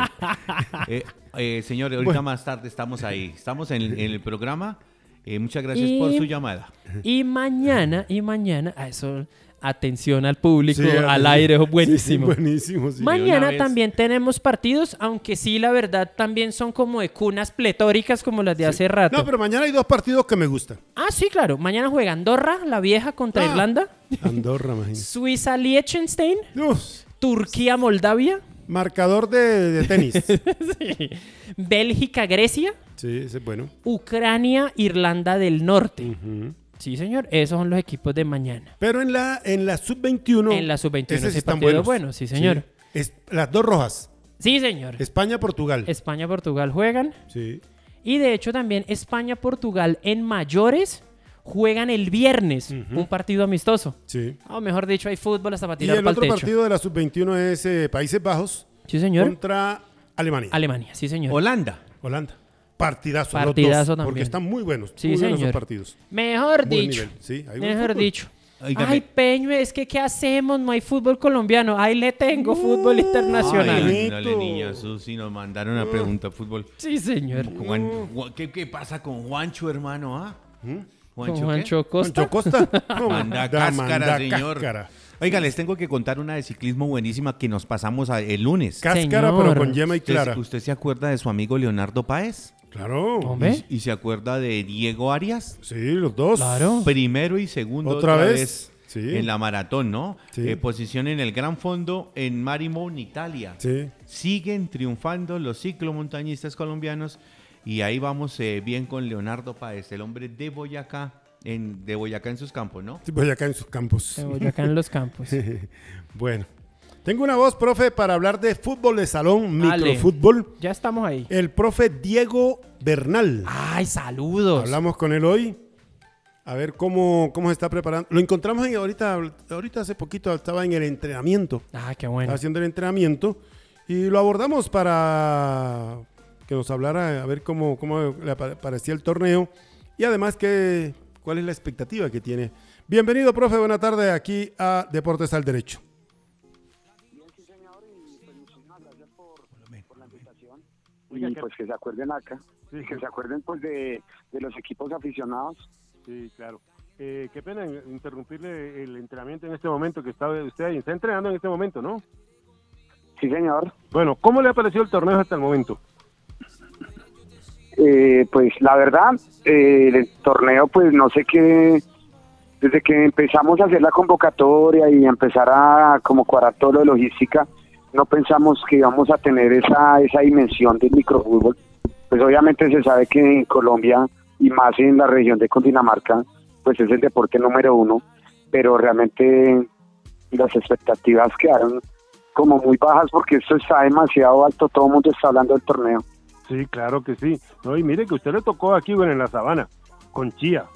S2: Eh, eh, señor, ahorita más tarde estamos ahí. Estamos en, en el programa. Eh, muchas gracias por
S3: Y-
S2: su llamada.
S3: Y mañana, y mañana, a eso, atención al público,
S1: Sí,
S3: al
S1: sí.
S3: aire,
S1: Sí,
S3: buenísimo.
S1: buenísimo, sí.
S2: una
S3: Mañana
S2: vez.
S3: también tenemos partidos, aunque sí, la verdad, también son como de cunas pletóricas como las de hace rato.
S1: No, pero mañana hay dos partidos que
S3: [LAUGHS]
S1: me gustan.
S3: Ah, sí, claro. Mañana juega Andorra, la vieja contra
S1: Ah.
S3: Irlanda,
S1: Andorra, imagínate.
S3: Suiza, Liechtenstein,
S1: Dios,
S3: Turquía, Moldavia,
S1: marcador de, de
S3: [LAUGHS]
S1: tenis.
S3: Sí. [LAUGHS] Bélgica, Grecia,
S1: sí, ese es bueno.
S3: Ucrania, Irlanda del Norte. Sí, señor, esos son los equipos de mañana.
S1: Pero en la, en la sub-21.
S3: En la sub-21
S1: esos
S3: ese
S1: están
S3: partido
S1: buenos.
S3: bueno, sí, señor.
S1: Es- las dos rojas.
S3: Sí, señor.
S1: España-Portugal.
S3: España, Portugal juegan.
S1: Sí.
S3: Y de hecho también España, Portugal en mayores juegan el viernes un partido amistoso.
S1: Sí.
S3: O mejor dicho, hay fútbol hasta para
S1: Y
S3: tirar
S1: el
S3: pa'l
S1: otro
S3: techo.
S1: partido de la sub-21 es eh, Países Bajos
S3: Sí, señor.
S1: contra Alemania.
S3: Alemania, sí, señor.
S2: Holanda.
S1: Holanda. Partidazo. los
S3: Partidazo
S1: dos,
S3: también.
S1: Porque están muy buenos.
S3: Sí,
S1: muy buenos
S3: señor.
S1: los partidos.
S3: Mejor
S1: Buen
S3: dicho.
S1: nivel, sí, hay buen
S3: mejor
S1: fútbol.
S3: dicho.
S2: Óigame.
S3: Ay, Peño, es que ¿qué hacemos? No hay fútbol colombiano. Ahí le tengo fútbol internacional.
S1: Ay.
S2: Ay, dale, niña Susi, nos mandaron una pregunta de fútbol.
S3: Sí, señor.
S2: Juan- Juan- ¿qué, qué pasa con Juancho, hermano? ah?
S3: Con
S2: ¿qué?
S3: Juancho Costa.
S1: Pancho Costa.
S3: [LAUGHS]
S1: No,
S2: Manda
S1: ¿Mm? da-
S2: cáscara,
S1: manda
S2: señor.
S1: Cáscara,
S2: Oiga, les tengo que contar una de ciclismo buenísima que nos pasamos a- el lunes.
S1: Cáscara,
S3: Señor.
S1: pero con yema y
S2: ¿Usted-
S1: clara.
S2: ¿Usted se acuerda de su amigo Leonardo Páez?
S1: Claro.
S3: Hombre. ¿Eh?
S2: ¿Y se acuerda de Diego Arias?
S1: Sí, los dos.
S3: Claro.
S2: Primero y segundo
S1: ¿Otra
S2: otra,
S1: vez?
S2: vez,
S1: Sí.
S2: en la maratón, ¿no?
S1: Sí.
S2: Eh, posición en el gran fondo en Marimón, Italia.
S1: Sí.
S2: Siguen triunfando los ciclomontañistas colombianos y ahí vamos eh, bien con Leonardo Páez, el hombre de Boyacá, en, de Boyacá en sus campos, ¿no?
S1: Sí, pues acá en sus campos.
S3: De Boyacá en los campos.
S1: [LAUGHS] Bueno. Tengo una voz, profe, para hablar de fútbol de salón,
S3: Ale.
S1: microfútbol.
S3: Ya estamos ahí.
S1: El profe Diego Bernal.
S3: Ay, saludos.
S1: Hablamos con él hoy. A ver cómo, cómo se está preparando. Lo encontramos en- ahorita, ahorita hace poquito, estaba en el entrenamiento.
S3: Ah, qué bueno.
S1: Estaba haciendo el entrenamiento. Y lo abordamos para que nos hablara a ver cómo, cómo le pa- parecía el torneo. Y además que, cuál es la expectativa que tiene. Bienvenido, profe. Buena tarde aquí a Deportes al Derecho.
S4: y pues que se acuerden acá,
S5: Sí,
S4: que se acuerden pues de, de los equipos aficionados.
S5: sí, claro. Eh, qué pena in- interrumpirle el entrenamiento en este momento que está usted ahí. Está entrenando en este momento, ¿no?
S4: Sí, señor.
S5: Bueno, ¿cómo le ha parecido el torneo hasta el momento?
S4: Eh, pues la verdad, eh, el torneo pues no sé qué, desde que empezamos a hacer la convocatoria y empezar a como cuadrar todo lo de logística, no pensamos que íbamos a tener esa, esa dimensión del microfútbol. Pues obviamente se sabe que en Colombia y más en la región de Cundinamarca, pues es el deporte número uno, pero realmente las expectativas quedaron como muy bajas porque esto está demasiado alto, todo el mundo está hablando del torneo.
S5: Sí, claro que sí. No, y mire que usted le tocó aquí, bueno, en la sabana, con Chía,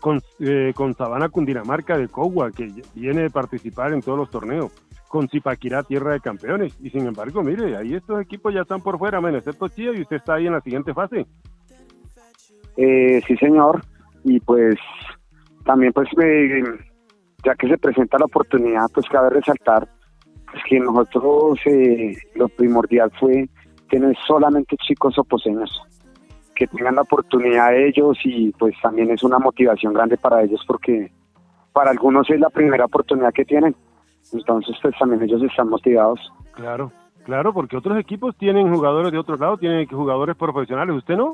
S5: con, eh, con Sabana Cundinamarca de Cogua, que ya- viene de participar en todos los torneos, con Zipaquirá, Tierra de Campeones. Y sin embargo, mire, ahí estos equipos ya están por fuera, menos excepto Chía, y usted está ahí en la siguiente fase.
S4: Eh, sí, señor. Y pues también pues eh, ya que se presenta la oportunidad, pues cabe resaltar pues, que nosotros eh, lo primordial fue tener solamente chicos oposeños, que tengan la oportunidad de ellos y pues también es una motivación grande para ellos porque para algunos es la primera oportunidad que tienen. Entonces pues también ellos están motivados.
S5: Claro, claro, porque otros equipos tienen jugadores de otros lados, tienen jugadores profesionales, ¿usted no?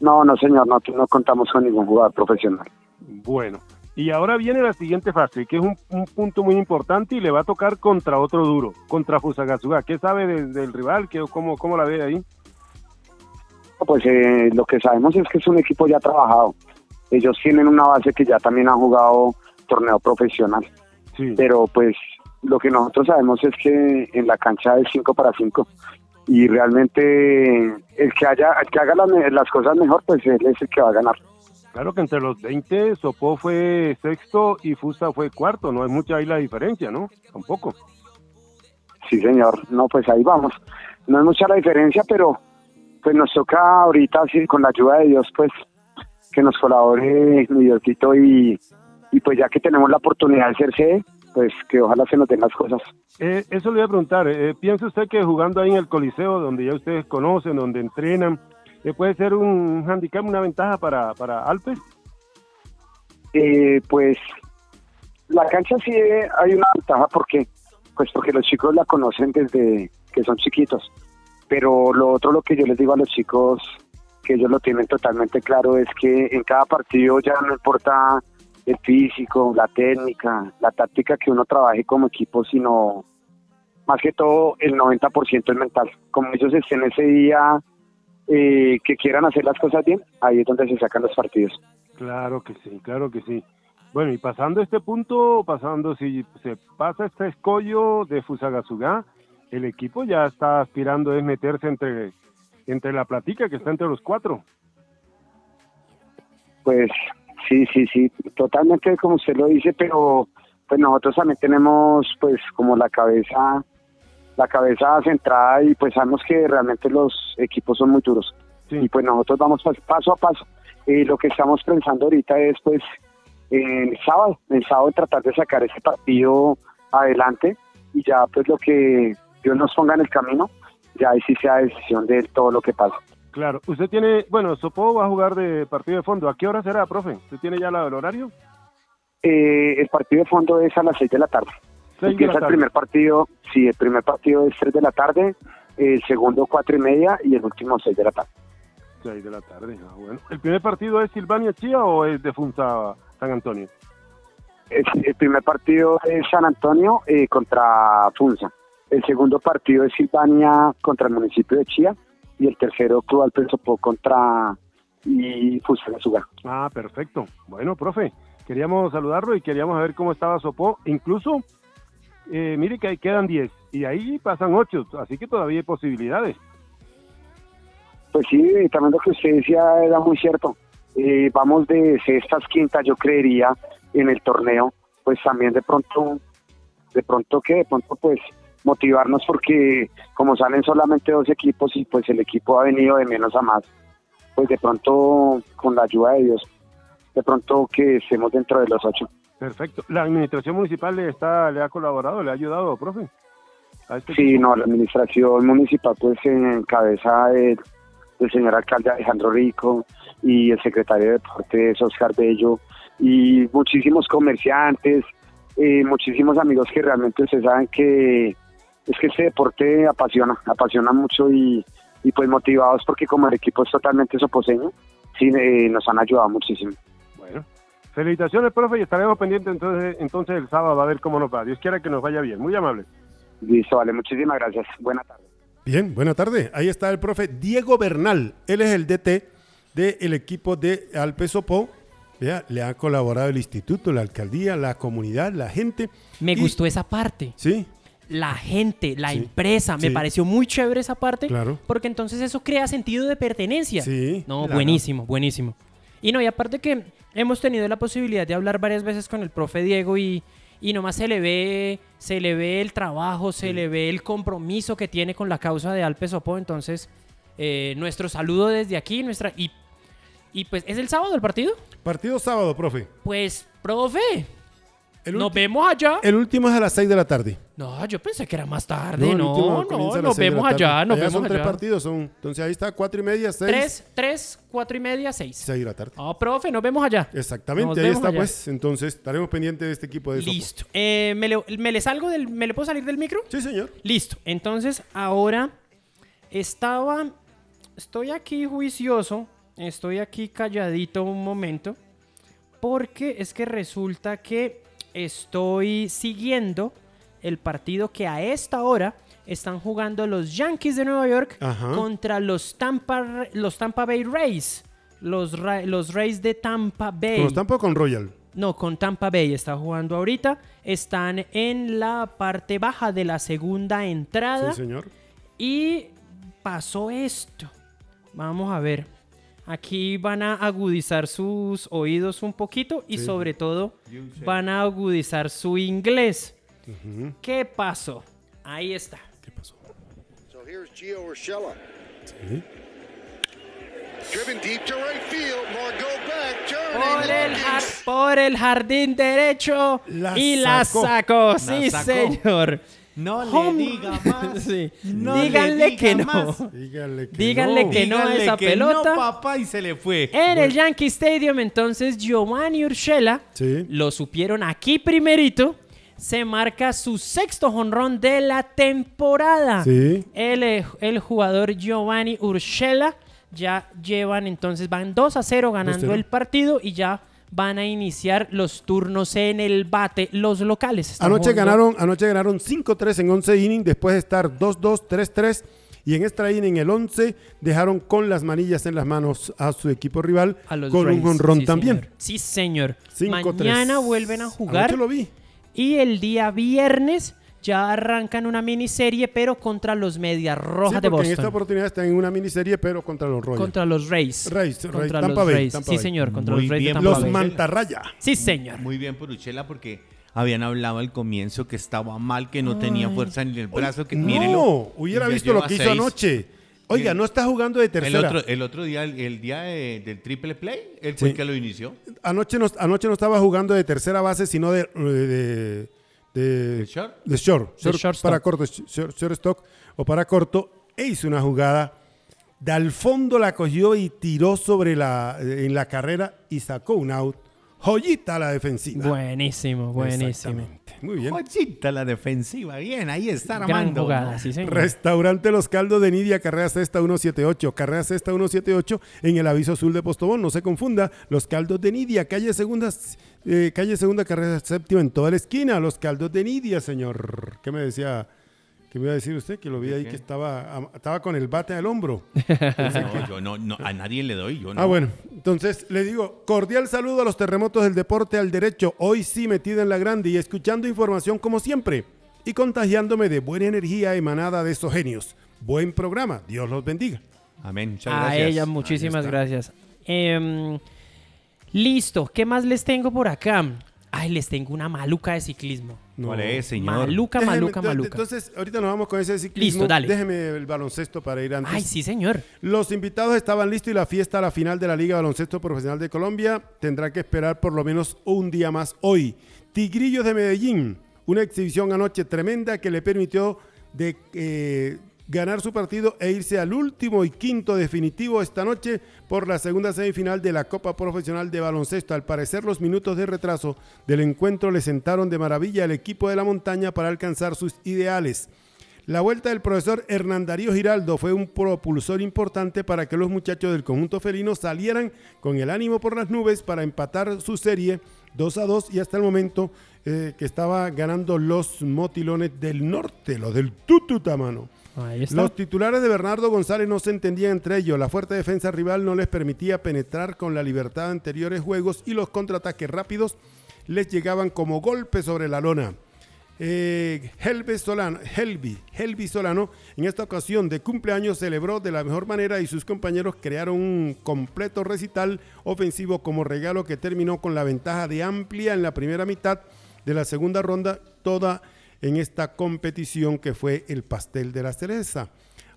S4: No, no señor, no, no contamos con ningún jugador profesional.
S5: Bueno, y ahora viene la siguiente fase, que es un, un punto muy importante y le va a tocar contra otro duro, contra Fusagasugá. ¿Qué sabe de- del rival? ¿Qué, cómo, ¿Cómo la ve ahí?
S4: Pues eh, lo que sabemos es que es un equipo ya trabajado. Ellos tienen una base que ya también han jugado torneo profesional.
S5: Sí.
S4: pero pues lo que nosotros sabemos es que en la cancha es 5 para 5 y realmente el que haya el que haga la me- las cosas mejor pues él es el que va a ganar
S5: Claro que entre los 20 Sopó fue sexto y Fusa fue cuarto, no es mucha ahí la diferencia, ¿no? Tampoco.
S4: sí señor no pues ahí vamos no es mucha la diferencia pero pues nos toca ahorita sí, con la ayuda de Dios pues que nos colabore mi Diosito y, y pues ya que tenemos la oportunidad de ser sede pues que ojalá se nos den las cosas
S5: Eh, eso le voy a preguntar, eh, ¿piensa usted que jugando ahí en el Coliseo, donde ya ustedes conocen, donde entrenan, eh, puede ser un handicap, una ventaja para, para Alpes?
S4: Eh, pues la cancha sí eh, hay una ventaja porque pues porque los chicos la conocen desde que son chiquitos pero lo otro lo que yo les digo a los chicos que ellos lo tienen totalmente claro es que en cada partido ya no importa el físico la técnica la táctica que uno trabaje como equipo sino más que todo el 90% es mental como ellos estén ese día eh, que quieran hacer las cosas bien ahí es donde se sacan los partidos
S5: Claro que sí, claro que sí. Bueno, y pasando este punto, pasando, si se pasa este escollo de Fusagasugá, el equipo ya está aspirando es meterse entre, entre la platica que está entre los cuatro.
S4: Pues sí, sí, sí, totalmente como usted lo dice, pero pues nosotros también tenemos pues como la cabeza la cabeza centrada y pues sabemos que realmente los equipos son muy duros
S5: Sí.
S4: y pues nosotros vamos pas- paso a paso y lo que estamos pensando ahorita es pues el sábado, el sábado tratar de sacar ese partido adelante y ya pues lo que Dios nos ponga en el camino, ya ahí sí sea decisión de todo lo que pasa.
S5: Claro, usted tiene, bueno, Sopo va a jugar de partido de fondo. ¿A qué hora será, profe? ¿Usted tiene ya la- el horario?
S4: Eh, el partido de fondo es a las 6 de la tarde.
S5: Seis de la
S4: Empieza el
S5: tarde.
S4: primer partido, sí, el primer partido es 3 de la tarde, el segundo 4 y media y el último 6 de la tarde.
S5: Seis de la tarde, ah, bueno. ¿El primer partido es Silvania Chía o es de Funza San Antonio?
S4: Es- el primer partido es San Antonio eh, contra Funza, el segundo partido es Silvania contra el municipio de Chía y el tercero Club Alpensopó contra y Funza de Sugar.
S5: Ah, perfecto. Bueno, profe, queríamos saludarlo y queríamos ver cómo estaba Sopó. Incluso, eh, mire que ahí quedan 10 y ahí pasan 8, así que todavía hay posibilidades.
S4: Pues sí, eh, también lo que usted decía era muy cierto. Eh, vamos de sextas, quintas, yo creería, en el torneo, pues también de pronto, de pronto que, de pronto pues motivarnos porque como salen solamente dos equipos y pues el equipo ha venido de menos a más, pues de pronto con la ayuda de Dios, de pronto que estemos dentro de los ocho.
S5: Perfecto. ¿La administración municipal le, está, le ha colaborado, le ha ayudado, profe? A este
S4: Sí, no, la administración municipal pues en cabeza del, del señor alcalde Alejandro Rico y el secretario de deportes Oscar Bello y muchísimos comerciantes, eh, muchísimos amigos que realmente se saben que es que este deporte apasiona, apasiona mucho y, y pues motivados porque como el equipo es totalmente soposeño, sí, eh, nos han ayudado muchísimo.
S5: Bueno, felicitaciones, profe, y estaremos pendientes entonces, entonces el sábado a ver cómo nos va. Dios quiera que nos vaya bien. Muy amable.
S4: Listo, vale, muchísimas gracias. Buenas tardes.
S1: Bien, buena tarde. Ahí está el profe Diego Bernal. Él es el DT del equipo de Alpesopó. Vea, le ha colaborado el instituto, la alcaldía, la comunidad, la gente.
S3: Me
S1: Y-
S3: gustó esa parte.
S1: Sí,
S3: la gente, la
S1: Sí,
S3: empresa. Me
S1: sí.
S3: pareció muy chévere esa parte.
S1: Claro.
S3: Porque entonces eso crea sentido de pertenencia.
S1: Sí,
S3: No,
S1: claro.
S3: buenísimo, buenísimo. Y no, y aparte que hemos tenido la posibilidad de hablar varias veces con el profe Diego y, y nomás se le ve, se le ve el trabajo, se le ve el compromiso que tiene con la causa de Alpe Sopó. Entonces, eh, nuestro saludo desde aquí, nuestra. Y, y pues, ¿es el sábado el partido?
S1: partido sábado, profe.
S3: Pues, profe,
S1: El,
S3: Nos
S1: ulti-
S3: vemos allá.
S1: el último es a las 6 de la tarde.
S3: No, yo pensé que era más tarde.
S1: el último
S3: No,
S1: comienza
S3: no,
S1: a las
S3: nos
S1: seis de la
S3: vemos
S1: tarde.
S3: allá, nos
S1: Allá son
S3: vemos
S1: tres
S3: allá.
S1: partidos, son. Entonces ahí está, 4 y media, 6.
S3: Tres, tres, cuatro y media, seis.
S1: 6 de la tarde.
S3: Ah, profe, nos vemos allá. Nos
S1: Exactamente, ahí
S3: vemos
S1: está
S3: allá.
S1: pues. Entonces estaremos pendientes de este equipo de Sopo.
S3: Listo. Eh, ¿me, le, me le salgo del, ¿Me le puedo salir del micro?
S1: Sí, señor.
S3: Listo. Entonces, ahora estaba. Estoy aquí juicioso. Estoy aquí calladito un momento. Porque es que resulta que estoy siguiendo el partido que a esta hora están jugando los Yankees de Nueva York
S1: Ajá.
S3: contra los Tampa, los Tampa Bay Rays. Los, Ra- los Rays de Tampa Bay.
S1: Con los Tampa o con Royal.
S3: No, con Tampa Bay está jugando ahorita. Están en la parte baja de la segunda entrada.
S1: Sí, señor.
S3: y pasó esto. Vamos a ver. Aquí van a agudizar sus oídos un poquito y sobre todo van a agudizar su inglés. ¿Qué pasó? Ahí está.
S1: ¿Qué pasó?
S6: So here's Gio Urshela.
S1: Sí.
S6: Driven deep to right field. Margot back. Turning.
S3: Por el,
S6: looking.
S3: jar- por el jardín derecho
S1: La
S3: y la
S1: sacó.
S3: sacó. Sí,
S2: sacó.
S3: señor.
S2: No
S3: Home-
S2: le diga
S3: [LAUGHS]
S2: más.
S3: Sí.
S2: No
S3: Díganle
S2: le diga
S3: que no.
S2: más.
S1: Díganle que
S3: Díganle
S1: no.
S3: que no a
S2: Díganle
S3: esa
S2: que
S3: pelota.
S2: No, papá, y se le fue.
S3: En el Yankee Stadium, entonces Giovanni Urshela
S1: Sí.
S3: lo supieron aquí primerito. Se marca su sexto jonrón de la temporada.
S1: Sí.
S3: El, eh, el jugador Giovanni Urshela ya llevan entonces, van 2 a 0 ganando
S1: 2-0.
S3: el partido y ya van a iniciar los turnos en el bate. Los locales. están
S1: Anoche
S3: jugando-
S1: ganaron, anoche ganaron 5-3 en 11 innings, después de estar 2-2, 3-3 y en extra inning el 11 dejaron con las manillas en las manos a su equipo rival
S3: a los
S1: con
S3: Rays.
S1: un jonrón
S3: Sí,
S1: también.
S3: señor. Sí, señor.
S1: 5-3.
S3: Mañana vuelven a jugar.
S1: Anoche lo vi.
S3: Y el día viernes ya arrancan una miniserie, pero contra los Medias Rojas
S1: Sí,
S3: de
S1: porque En esta
S3: Boston.
S1: oportunidad está en una miniserie, pero contra los Royals.
S3: Contra los Rays.
S1: Rays,
S3: contra
S1: Rays,
S3: los
S1: Tampa Bay,
S3: Rays.
S1: Tampa
S3: sí,
S1: Bay.
S3: señor, contra
S2: Muy
S3: los Rays de
S2: bien,
S3: Tampa
S1: los
S3: Bay.
S1: Mantarraya.
S3: Sí, señor.
S2: Muy bien por Uchela porque habían hablado al comienzo que estaba mal, que no tenía fuerza ni en el brazo, que
S1: No,
S2: mírelo,
S1: hubiera
S2: ya
S1: visto lo
S2: lleva
S1: que hizo
S2: seis.
S1: anoche. Oiga,
S2: Sí.
S1: no está jugando de
S2: El
S1: tercera.
S2: otro, el otro día, el, el día de- del triple play, él fue
S1: Sí.
S2: el que lo inició.
S1: Anoche, no, anoche no estaba jugando de tercera base, sino de... eh, de, de-
S2: ¿De short?
S1: De short. Short
S3: shortstop.
S1: para corto, sh- short, shortstop o para corto. E hizo una jugada. De al fondo la cogió y tiró sobre la, eh, en la carrera y sacó un out. Joyita a la defensiva.
S3: Buenísimo, buenísimo.
S1: Exactamente. Muy bien.
S2: Joyita la defensiva, bien, ahí está
S3: Gran
S2: Armando.
S3: jugada, sí, señor.
S1: Restaurante Los Caldos de Nidia, carrera sexta 178, carrera sexta 178, en el aviso azul de Postobón, no se confunda, Los Caldos de Nidia, calle segunda, eh, calle segunda, carrera séptima, en toda la esquina, Los Caldos de Nidia, señor. ¿Qué me decía? ¿Qué me iba a decir usted? Que lo vi ahí que estaba, am- estaba con el bate al hombro.
S3: [LAUGHS]
S2: No, yo no, no, a nadie le doy, yo no.
S1: Ah, bueno. Entonces le digo, cordial saludo a los terremotos del deporte al derecho, hoy sí metida en la grande y escuchando información como siempre y contagiándome de buena energía emanada de esos genios. Buen programa, Dios los bendiga.
S2: Amén, muchas
S3: A
S2: gracias.
S3: ella, muchísimas gracias. Em, listo, ¿qué más les tengo por acá? Ay, les tengo una maluca de ciclismo.
S2: ¿Cuál es, señor?
S3: Maluca,
S1: Déjeme,
S3: maluca,
S1: ento-
S3: maluca.
S1: Entonces, ahorita nos vamos con ese ciclismo.
S3: Listo, dale.
S1: Déjeme el baloncesto para ir antes.
S3: Ay, sí, señor.
S1: Los invitados estaban listos y la fiesta a la final de la Liga de Baloncesto Profesional de Colombia tendrá que esperar por lo menos un día más hoy. Tigrillos de Medellín, una exhibición anoche tremenda que le permitió de, eh, ganar su partido e irse al último y quinto definitivo esta noche por la segunda semifinal de la Copa Profesional de Baloncesto. Al parecer los minutos de retraso del encuentro le sentaron de maravilla al equipo de la montaña para alcanzar sus ideales. La vuelta del profesor Hernán Darío Giraldo fue un propulsor importante para que los muchachos del conjunto felino salieran con el ánimo por las nubes para empatar su serie 2 a 2 y hasta el momento eh, que estaba ganando los motilones del norte, los del Tututamano.
S3: Ahí está.
S1: Los titulares de Bernardo González no se entendían entre ellos. La fuerte defensa rival no les permitía penetrar con la libertad de anteriores juegos y los contraataques rápidos les llegaban como golpes sobre la lona. Eh, Helvi Solano, Helvi, Helvi Solano, en esta ocasión de cumpleaños celebró de la mejor manera y sus compañeros crearon un completo recital ofensivo como regalo que terminó con la ventaja de amplia en la primera mitad de la segunda ronda, toda en esta competición que fue el pastel de la cereza.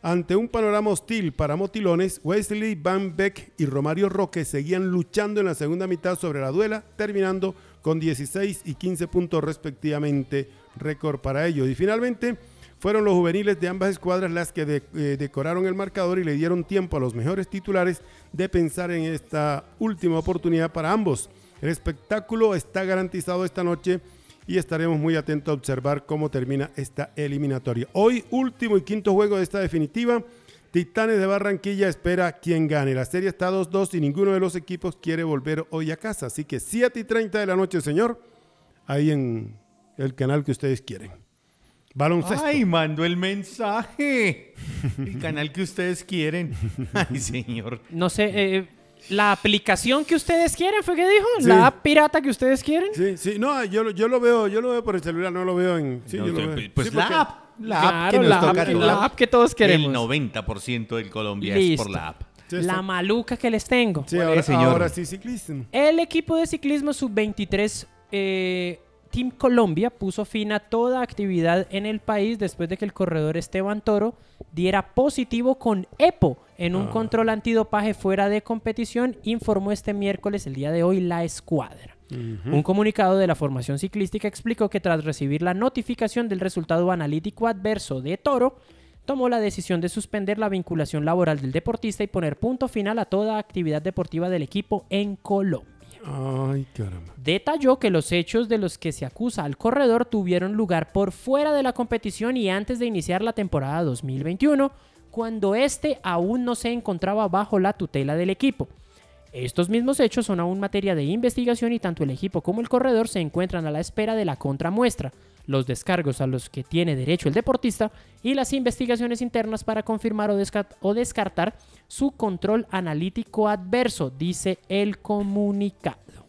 S1: Ante un panorama hostil para Motilones, Wesley Van Beck y Romario Roque seguían luchando en la segunda mitad sobre la duela, terminando con 16 y 15 puntos respectivamente, récord para ellos. Y finalmente fueron los juveniles de ambas escuadras las que de- eh, decoraron el marcador y le dieron tiempo a los mejores titulares de pensar en esta última oportunidad para ambos. El espectáculo está garantizado esta noche y estaremos muy atentos a observar cómo termina esta eliminatoria. Hoy, último y quinto juego de esta definitiva. Titanes de Barranquilla espera quien gane. La serie está 2-2 y ninguno de los equipos quiere volver hoy a casa. Así que 7 y 30 de la noche, señor, ahí en el canal que ustedes quieren. Baloncesto.
S2: Ay, mandó el [LAUGHS] mensaje. El canal que ustedes quieren. [LAUGHS] Ay, señor.
S3: No sé, eh, la aplicación que ustedes quieren, ¿fue que dijo?
S1: Sí.
S3: ¿La app pirata que ustedes quieren?
S1: Sí, sí, no, yo, lo- yo lo veo, yo lo veo por el celular, no lo veo en. Sí, yo lo
S2: Entonces,
S1: veo.
S2: Pues
S1: Sí, porque-
S2: la app. La app
S3: Claro,
S2: que nos
S3: la
S2: toca
S3: app,
S2: a todos.
S3: la app que todos
S2: El
S3: queremos.
S2: 90% del Colombia es por
S3: Listo.
S2: la app.
S1: sí,
S3: la
S1: está-
S3: maluca que les tengo.
S1: sí,
S2: ¿Cuál
S1: ahora,
S2: es, señor?
S1: ahora sí, ciclismo.
S3: El equipo de ciclismo sub-23 eh, Team Colombia puso fin a toda actividad en el país después de que el corredor Esteban Toro diera positivo con EPO en un control antidopaje fuera de competición, informó este miércoles, el día de hoy, la escuadra. Un comunicado de la formación ciclística explicó que tras recibir la notificación del resultado analítico adverso de Toro, tomó la decisión de suspender la vinculación laboral del deportista y poner punto final a toda actividad deportiva del equipo en Colombia.
S1: Ay, caramba.
S3: Detalló que los hechos de los que se acusa al corredor tuvieron lugar por fuera de la competición y antes de iniciar la temporada 2021, cuando este aún no se encontraba bajo la tutela del equipo. Estos mismos hechos son aún materia de investigación y tanto el equipo como el corredor se encuentran a la espera de la contramuestra, los descargos a los que tiene derecho el deportista y las investigaciones internas para confirmar o, desca- o descartar su control analítico adverso, dice el comunicado.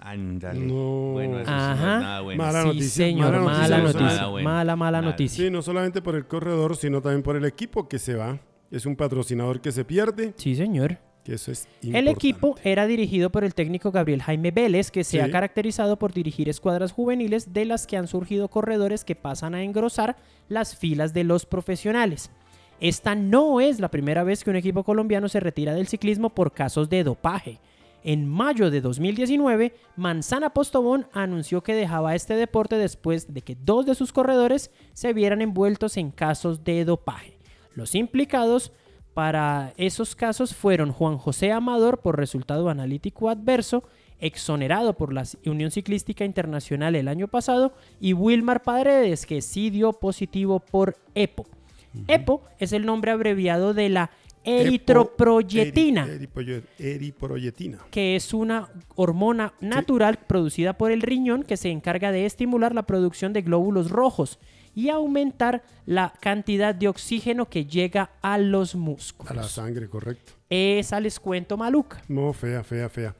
S2: Ándale.
S1: No.
S2: Bueno, eso sí no
S3: Ajá.
S2: es nada bueno.
S1: Mala
S3: sí,
S1: noticia,
S3: señor,
S1: mala
S3: mala,
S1: noticia, no es
S3: noticia.
S2: nada bueno.
S3: Mala, mala
S2: Nada.
S3: noticia.
S1: Sí, no solamente por el corredor, sino también por el equipo que se va. Es un patrocinador que se pierde,
S3: Sí, señor.
S1: que eso es
S3: El equipo era dirigido por el técnico Gabriel Jaime Vélez, que se
S1: Sí.
S3: ha caracterizado por dirigir escuadras juveniles de las que han surgido corredores que pasan a engrosar las filas de los profesionales. Esta no es la primera vez que un equipo colombiano se retira del ciclismo por casos de dopaje. En mayo de 2019, Manzana Postobón anunció que dejaba este deporte después de que dos de sus corredores se vieran envueltos en casos de dopaje. Los implicados para esos casos fueron Juan José Amador por resultado analítico adverso, exonerado por la Unión Ciclística Internacional el año pasado, y Wilmar Padredes, que sí dio positivo por EPO. EPO es el nombre abreviado de la eritroproyetina
S1: Eri- eripoye- Eriproyetina.
S3: que es una hormona natural producida por el riñón que se encarga de estimular la producción de glóbulos rojos y aumentar la cantidad de oxígeno que llega a los músculos.
S1: A la sangre, correcto.
S3: Esa les cuento maluca.
S1: No, fea, fea, fea.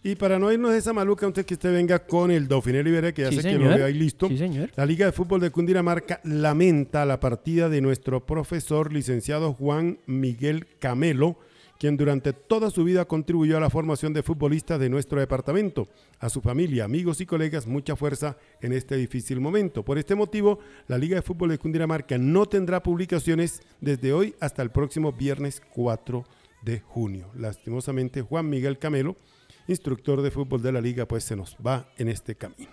S1: Y para no irnos de esa maluca, antes que usted venga con el Dauphiné Libere, que ya
S3: Sí,
S1: sé que
S3: señor.
S1: lo veo ahí listo.
S3: Sí, señor.
S1: La Liga de Fútbol de Cundinamarca lamenta la partida de nuestro profesor licenciado Juan Miguel Camelo, quien durante toda su vida contribuyó a la formación de futbolistas de nuestro departamento. A su familia, amigos y colegas, mucha fuerza en este difícil momento. Por este motivo, la Liga de Fútbol de Cundinamarca no tendrá publicaciones desde hoy hasta el próximo viernes 4 de junio. Lastimosamente, Juan Miguel Camelo, instructor de fútbol de la liga, pues se nos va en este camino.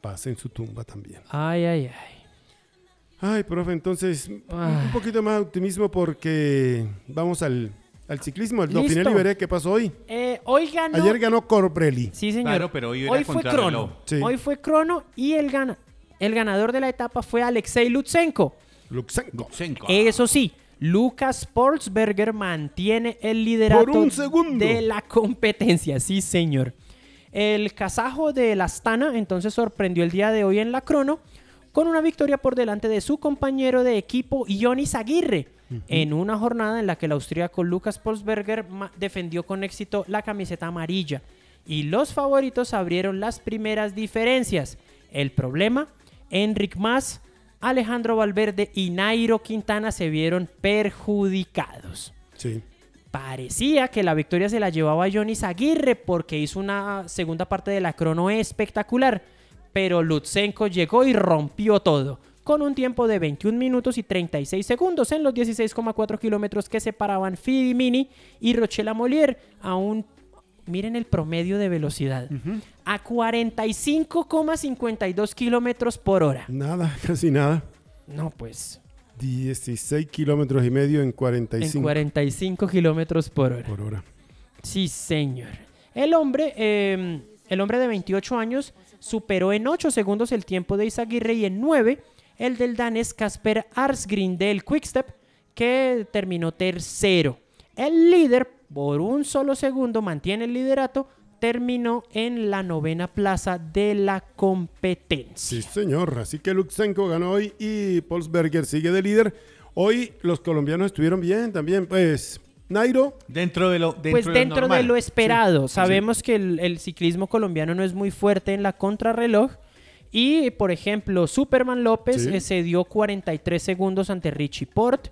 S1: Pasa en su tumba también.
S3: Ay, ay, ay.
S1: Ay, profe, entonces
S3: Ah.
S1: un poquito más de optimismo porque vamos al, al ciclismo, al
S3: Listo.
S1: Dauphiné Libéré, ¿qué pasó hoy?
S3: Eh, hoy ganó.
S1: Ayer ganó Corbrelli.
S3: Sí, señor.
S2: Claro, pero hoy era
S3: fue
S2: contrarreloj.
S3: crono.
S1: Sí.
S3: Hoy fue crono y el, gana- el ganador de la etapa fue Alexei Lutsenko.
S1: Luxenko.
S2: Senko.
S3: Eso sí, Lucas Polsberger mantiene el liderato
S1: Por un segundo.
S3: de la competencia, sí señor. El kazajo de la Astana entonces sorprendió el día de hoy en la crono con una victoria por delante de su compañero de equipo Ionis Aguirre en una jornada en la que el austríaco Lucas Polsberger ma- defendió con éxito la camiseta amarilla y los favoritos abrieron las primeras diferencias. El problema, Enric Mas, Alejandro Valverde y Nairo Quintana se vieron perjudicados.
S1: Sí.
S3: Parecía que la victoria se la llevaba Jonis Aguirre porque hizo una segunda parte de la crono espectacular, pero Lutsenko llegó y rompió todo. con un tiempo de 21 minutos y 36 segundos en los 16,4 kilómetros que separaban Fidimini y Rochela Molière a un... Miren el promedio de velocidad. A 45,52 kilómetros por hora.
S1: Nada, [LAUGHS] casi nada.
S3: No, pues...
S1: 16 kilómetros y medio en 45
S3: En 45 kilómetros por hora.
S1: por hora.
S3: Sí, señor. El hombre, eh, el hombre de 28 años superó en 8 segundos el tiempo de Isaguirre y en 9 el del danés Casper Arsgrin del Quickstep, que terminó tercero. El líder, por un solo segundo, mantiene el liderato, terminó en la novena plaza de la competencia.
S1: Sí, señor. Así que Luxenko ganó hoy y Polsberger sigue de líder. Hoy los colombianos estuvieron bien también, pues. Nairo,
S2: Dentro de lo dentro
S3: pues
S2: lo
S3: dentro de
S2: normal.
S3: lo esperado. Sabemos que el, el ciclismo colombiano no es muy fuerte en la contrarreloj. Y, por ejemplo, Superman López
S1: Sí.
S3: eh, se dio 43 segundos ante Richie Port.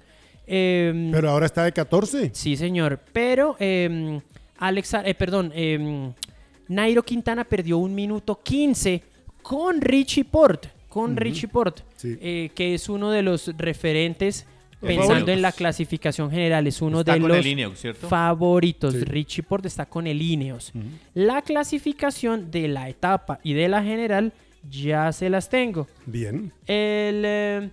S3: Em,
S1: pero ahora está de 14.
S3: Sí, señor. Pero em, Alex, eh, perdón, em, Nairo Quintana perdió un minuto 15 con Richie Port. Con Richie Port,
S1: Sí.
S3: eh, que es uno de los referentes
S1: Los
S3: pensando
S2: favoritos.
S3: en la clasificación general. Es uno
S2: Está
S3: de
S2: con
S3: los
S2: el Ineos, ¿cierto?
S3: favoritos.
S1: Sí.
S3: Richie Port está con el Ineos. La clasificación de la etapa y de la general ya se las tengo.
S1: Bien.
S3: El, eh,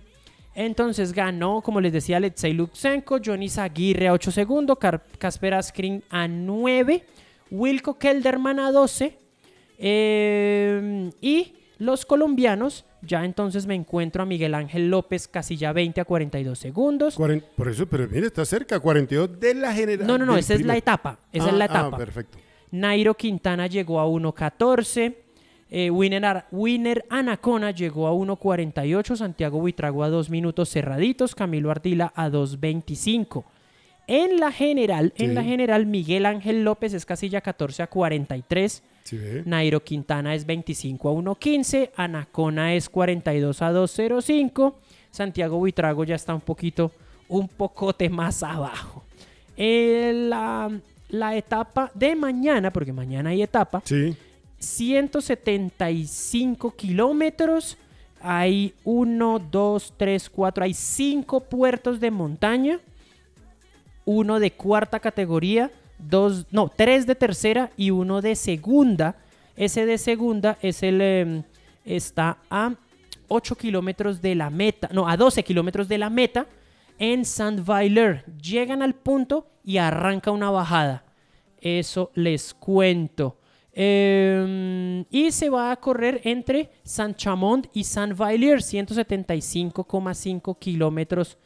S3: entonces ganó, como les decía, Alexei Lutsenko, Johnny Zaguirre a 8 segundos, Car- Kasper Askren a 9, Wilco Kelderman a 12. eh, y los colombianos, ya entonces me encuentro a Miguel Ángel López, casilla 20 a 42 segundos.
S1: Cuaren- por eso, pero mire, está cerca, 42 de la general.
S3: No, no, no,
S1: del
S3: esa es la
S1: primer.
S3: etapa. Esa es
S1: Ah,
S3: la
S1: Ah,
S3: etapa.
S1: perfecto.
S3: Nairo Quintana llegó a 1.14. eh, Winner, Ar- Winner Anacona llegó a 1.48. Santiago Buitrago a 2 minutos cerraditos. Camilo Ardila a 2.25. En la general, en la general, Miguel Ángel López es casilla 14 a 43.
S1: Sí, ve.
S3: Nairo Quintana es 25 a 1.15. Anacona es 42 a 2.05. Santiago Buitrago ya está un poquito, un pocote más abajo. Eh, la, la etapa de mañana, porque mañana hay etapa,
S1: Sí.
S3: 175 kilómetros. Hay 1, 2, 3, 4, hay 5 puertos de montaña. Uno de cuarta categoría, dos, no, tres de tercera y uno de segunda. Ese de segunda es el em, está a 8 kilómetros de la meta, no, a 12 kilómetros de la meta en Sandweiler. Llegan al punto y arranca una bajada. Eso les cuento. Em, y se va a correr entre San Chamont y San Vailier, 175,5 kilómetros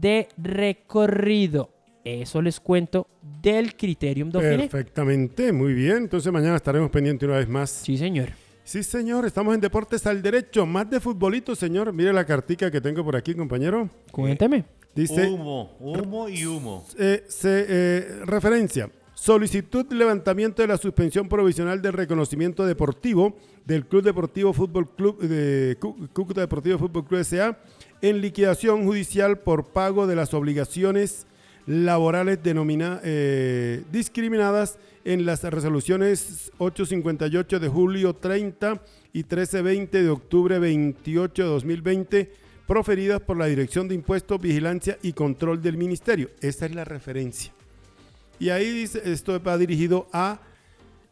S3: de recorrido. Eso les cuento del Criterium Dauphiné.
S1: Perfectamente, muy bien. Entonces mañana estaremos pendientes una vez más.
S3: Sí, señor.
S1: Sí, señor, estamos en Deportes al Derecho. Más de futbolito, señor. Mire la cartica que tengo por aquí, compañero.
S3: Cuénteme.
S1: Dice,
S2: Humo, humo y humo.
S1: eh, se, eh, referencia, solicitud de levantamiento de la suspensión provisional del reconocimiento deportivo del Club Deportivo Fútbol Club, de Cú- Cúcuta Deportivo Fútbol Club S.A. en liquidación judicial por pago de las obligaciones laborales denomina- eh, discriminadas en las resoluciones 858 de julio 30 y 1320 de octubre 28 de 2020 proferidas por la Dirección de Impuestos, Vigilancia y Control del Ministerio. Esa es la referencia. Y ahí dice, esto va dirigido a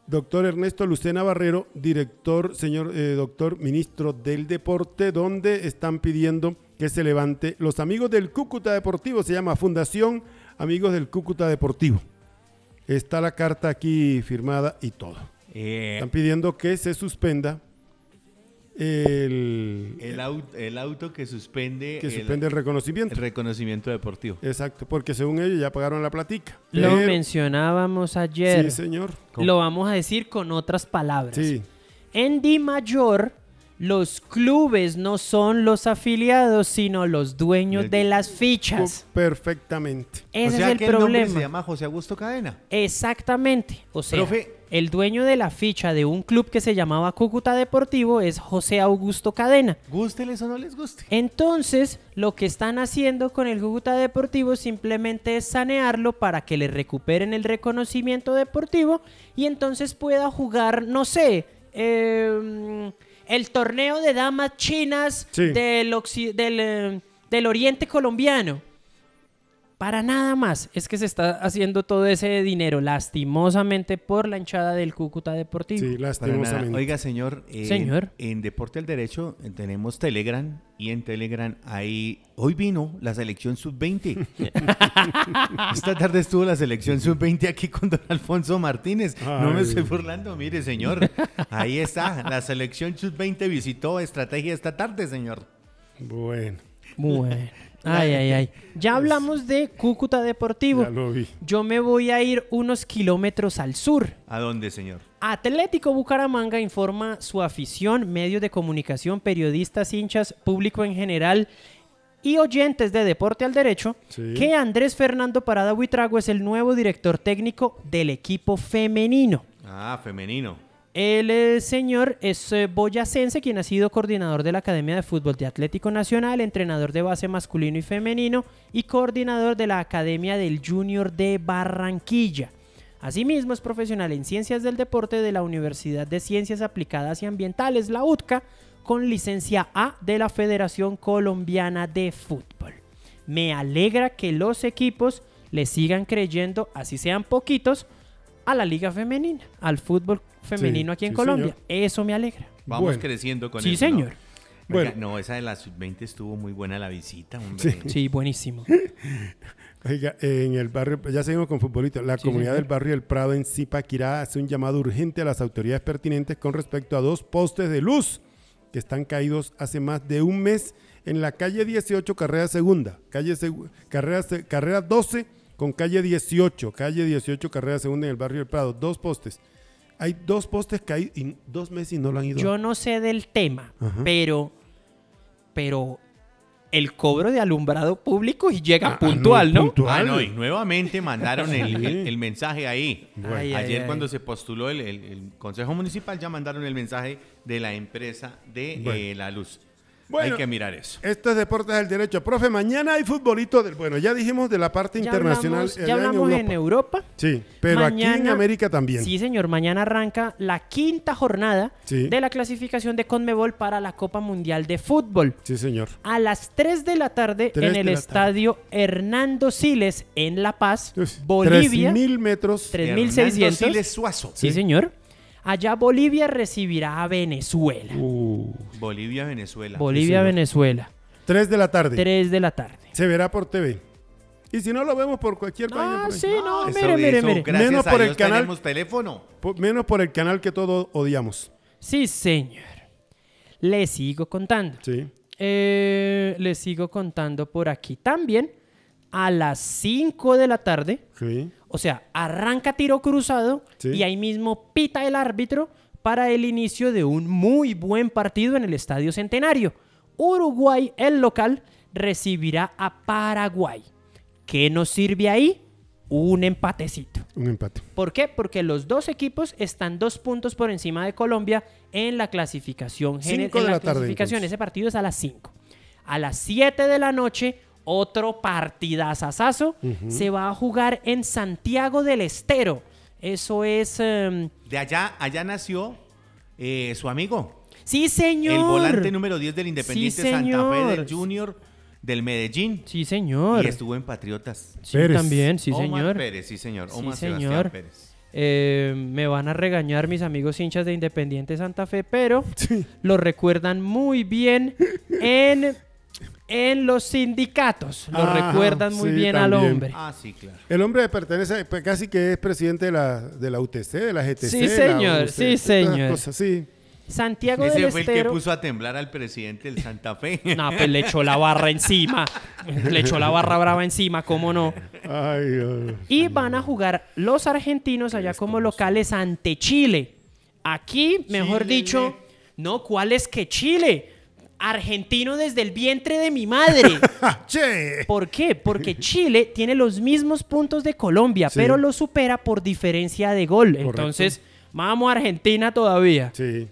S1: doctor Ernesto Lucena Barrero, director, señor eh, doctor ministro del Deporte, donde están pidiendo que se levante los amigos del Cúcuta Deportivo, se llama Fundación Amigos del Cúcuta Deportivo. Está la carta aquí firmada y todo.
S2: Eh,
S1: Están pidiendo que se suspenda el,
S2: el, auto, el auto que suspende,
S1: que suspende el
S2: el
S1: reconocimiento.
S2: reconocimiento deportivo.
S1: Exacto, porque según ellos ya pagaron la platica.
S3: Lo
S1: Pero-
S3: mencionábamos
S1: Sí,
S3: ayer.
S1: señor.
S3: Lo vamos a decir con otras palabras.
S1: Sí.
S3: En Di Mayor, los clubes no son los afiliados, sino los dueños de las fichas.
S1: Perfectamente.
S3: Ese
S2: o sea
S3: es el
S2: que el nombre
S3: problema.
S2: se llama José Augusto Cadena.
S3: Exactamente. O sea,
S2: Profe.
S3: el dueño de la ficha de un club que se llamaba Cúcuta Deportivo es José Augusto Cadena.
S2: Gústeles o no les guste.
S3: Entonces, lo que están haciendo con el Cúcuta Deportivo simplemente es sanearlo para que le recuperen el reconocimiento deportivo y entonces pueda jugar, no sé, eh, el torneo de damas chinas
S1: Sí.
S3: del, occi- del, eh, del oriente colombiano. Para nada más. Es que se está haciendo todo ese dinero, lastimosamente, por la hinchada del Cúcuta Deportivo.
S1: Sí,
S2: Para nada.
S1: lastimosamente.
S2: Oiga, señor. eh,
S3: Señor.
S2: En Deporte al Derecho eh, tenemos Telegram y en Telegram ahí. Hoy vino la
S3: [LAUGHS]
S2: selección sub-20. Esta tarde estuvo la selección sub-20 aquí con don Alfonso Martínez. No me
S1: Ay.
S2: estoy burlando, mire, señor. Ahí está. La selección sub-20 visitó Estrategia esta tarde, señor.
S1: Bueno, [LAUGHS]
S3: Bueno. Ay, ay, ay. Ya hablamos de Cúcuta Deportivo.
S1: ya lo vi.
S3: Yo me voy a ir unos kilómetros al sur.
S2: ¿A dónde, señor?
S3: Atlético Bucaramanga informa su afición, medios de comunicación, periodistas, hinchas, público en general y oyentes de Deporte al Derecho
S1: Sí.
S3: que Andrés Fernando Parada Buitrago es el nuevo director técnico del equipo femenino.
S2: Ah, femenino.
S3: El eh, señor es eh, boyacense, quien ha sido coordinador de la Academia de Fútbol de Atlético Nacional, entrenador de base masculino y femenino y coordinador de la Academia del Junior de Barranquilla. Asimismo, es profesional en Ciencias del Deporte de la Universidad de Ciencias Aplicadas y Ambientales, la UTCA, con licencia A de la Federación Colombiana de Fútbol. Me alegra que los equipos le sigan creyendo, así sean poquitos, a la liga femenina, al fútbol femenino
S1: Sí,
S3: aquí en
S1: sí,
S3: Colombia.
S1: señor.
S3: Eso me alegra.
S2: Vamos
S1: Bueno.
S2: creciendo con
S3: Sí,
S2: eso, ¿no?
S3: señor.
S2: Oiga,
S1: Bueno.
S2: No, esa de la sub-20 estuvo muy buena la visita, hombre.
S3: Sí, buenísimo.
S1: Oiga, en el barrio, ya seguimos con futbolito. La comunidad del barrio El Prado en Zipaquirá hace un llamado urgente a las autoridades pertinentes con respecto a dos postes de luz que están caídos hace más de un mes en la calle 18, carrera segunda, calle segu- carrera, se- carrera 12 con calle 18, calle 18, carrera segunda en el barrio El Prado. Dos postes. Hay dos postes caídos y dos meses y no lo han ido.
S3: Yo no sé del tema,
S1: Ajá.
S3: pero pero el cobro de alumbrado público y llega puntual,
S1: muy
S3: ¿no?
S1: Ah, puntual.
S2: Ah, no, y nuevamente mandaron el,
S1: Sí.
S2: el- el mensaje ahí.
S3: Bueno. Ay, ay,
S2: Ayer
S3: ay.
S2: cuando se postuló el, el- el Consejo Municipal ya mandaron el mensaje de la empresa de
S1: Bueno.
S2: eh, la luz.
S1: Bueno.
S2: Hay que mirar eso.
S1: Esto es Deportes del Derecho. Profe, mañana hay futbolito del... Bueno, ya dijimos de la parte
S3: Ya
S1: internacional.
S3: hablamos,
S1: allá
S3: ya hablamos en Europa.
S1: Sí, pero aquí en
S3: Mañana-
S1: América también.
S3: Sí, señor. Mañana arranca la quinta jornada
S1: Sí.
S3: de la clasificación de Conmebol para la Copa Mundial de Fútbol.
S1: Sí, señor.
S3: A las 3 de la tarde
S1: Tres
S3: en
S1: de
S3: el
S1: la
S3: estadio Hernando Siles en La Paz,
S1: Entonces,
S3: Bolivia.
S1: 3.000 metros.
S3: Tres- 3.600.
S2: Hernando Siles Suazo.
S3: Sí, señor. Allá Bolivia recibirá a Venezuela.
S1: Uh,
S2: Bolivia, Venezuela.
S3: Bolivia,
S1: señor.
S3: Venezuela.
S1: 3 de la tarde.
S3: 3 de la tarde.
S1: Se verá por TV. Y si no lo vemos por cualquier página
S3: Ah,
S1: por ahí.
S3: sí, no,
S2: Eso-
S3: mire, mire,
S2: eso,
S3: mire.
S2: Gracias
S1: Menos
S2: a
S1: por el
S2: Dios
S1: canal.
S2: tenemos teléfono.
S1: Por- menos por el canal que todos odiamos.
S3: Sí, señor. Le sigo contando.
S1: Sí.
S3: Eh, le sigo contando por aquí también. A las 5 de la tarde,
S1: Sí.
S3: o sea, arranca tiro cruzado
S1: Sí.
S3: y ahí mismo pita el árbitro para el inicio de un muy buen partido en el Estadio Centenario. Uruguay, el local, recibirá a Paraguay. ¿Qué nos sirve ahí? Un empatecito.
S1: Un empate.
S3: ¿Por qué? Porque los dos equipos están dos puntos por encima de Colombia en la clasificación. gene-
S1: Cinco
S3: en
S1: de la tarde,
S3: clasificación.
S1: entonces.
S3: Ese partido es a las 5. A las 7 de la noche, otro partidazazazo se va a jugar en Santiago del Estero. Eso es... em,
S2: De allá, allá nació eh, su amigo.
S3: Sí, señor.
S2: El volante número 10 del Independiente
S3: Sí,
S2: Santa Fe
S3: señor.
S2: del Junior del Medellín.
S3: Sí, señor.
S2: Y estuvo en Patriotas.
S3: Sí,
S1: Pérez.
S3: también, sí,
S2: Omar
S3: señor.
S2: Pérez, sí, señor.
S3: Sí,
S2: Omar Sebastián
S3: señor.
S2: Pérez.
S3: Eh, me van a regañar mis amigos hinchas de Independiente Santa Fe,
S1: [LAUGHS]
S3: pero lo recuerdan muy bien en, en los sindicatos. Lo
S1: Ah,
S3: recuerdan muy
S1: sí,
S3: bien al
S1: también.
S3: hombre.
S2: Ah, sí, claro.
S1: El hombre pertenece, pues, casi que es presidente de la, de la UTC, de la GTC.
S3: Sí,
S1: la
S3: señor,
S1: UC,
S3: sí,
S1: todas esas
S3: señor.
S1: cosas, sí.
S3: Santiago del
S2: Ese fue el que
S3: Estero.
S2: puso a temblar al presidente del Santa Fe.
S3: [LAUGHS]
S2: [LAUGHS]
S3: No, pues le echó la barra encima. Le echó la barra brava encima, cómo no.
S1: Ay, Dios.
S3: Y van a jugar los argentinos allá como locales ante Chile. Aquí, mejor
S2: Chile.
S3: dicho, no, ¿cuál es que Chile? Argentino desde el vientre de mi madre.
S1: Ah, che.
S3: ¿Por qué? Porque Chile tiene los mismos puntos de Colombia,
S1: Sí.
S3: pero lo supera por diferencia de gol. Entonces, vamos a Argentina todavía.
S1: Sí.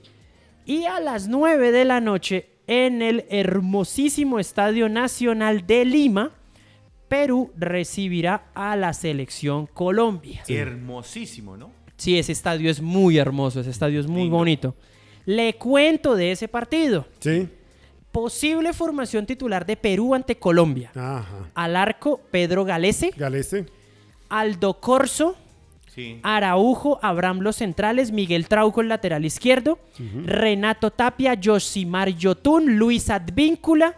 S3: Y a las 9 de la noche, en el hermosísimo Estadio Nacional de Lima, Perú recibirá a la selección Colombia.
S2: Hermosísimo, ¿no?
S3: Sí, ese estadio es muy hermoso, ese estadio es muy
S2: Lindo.
S3: bonito. Le cuento de ese partido.
S1: Sí.
S3: Posible formación titular de Perú ante Colombia.
S1: Ajá.
S3: Al arco, Pedro Galese.
S1: Galese.
S3: Aldo Corso.
S2: Sí.
S3: Ah. Araujo, Abraham los centrales, Miguel Trauco el lateral izquierdo, Renato Tapia, Yosimar Yotun, Luis Advíncula,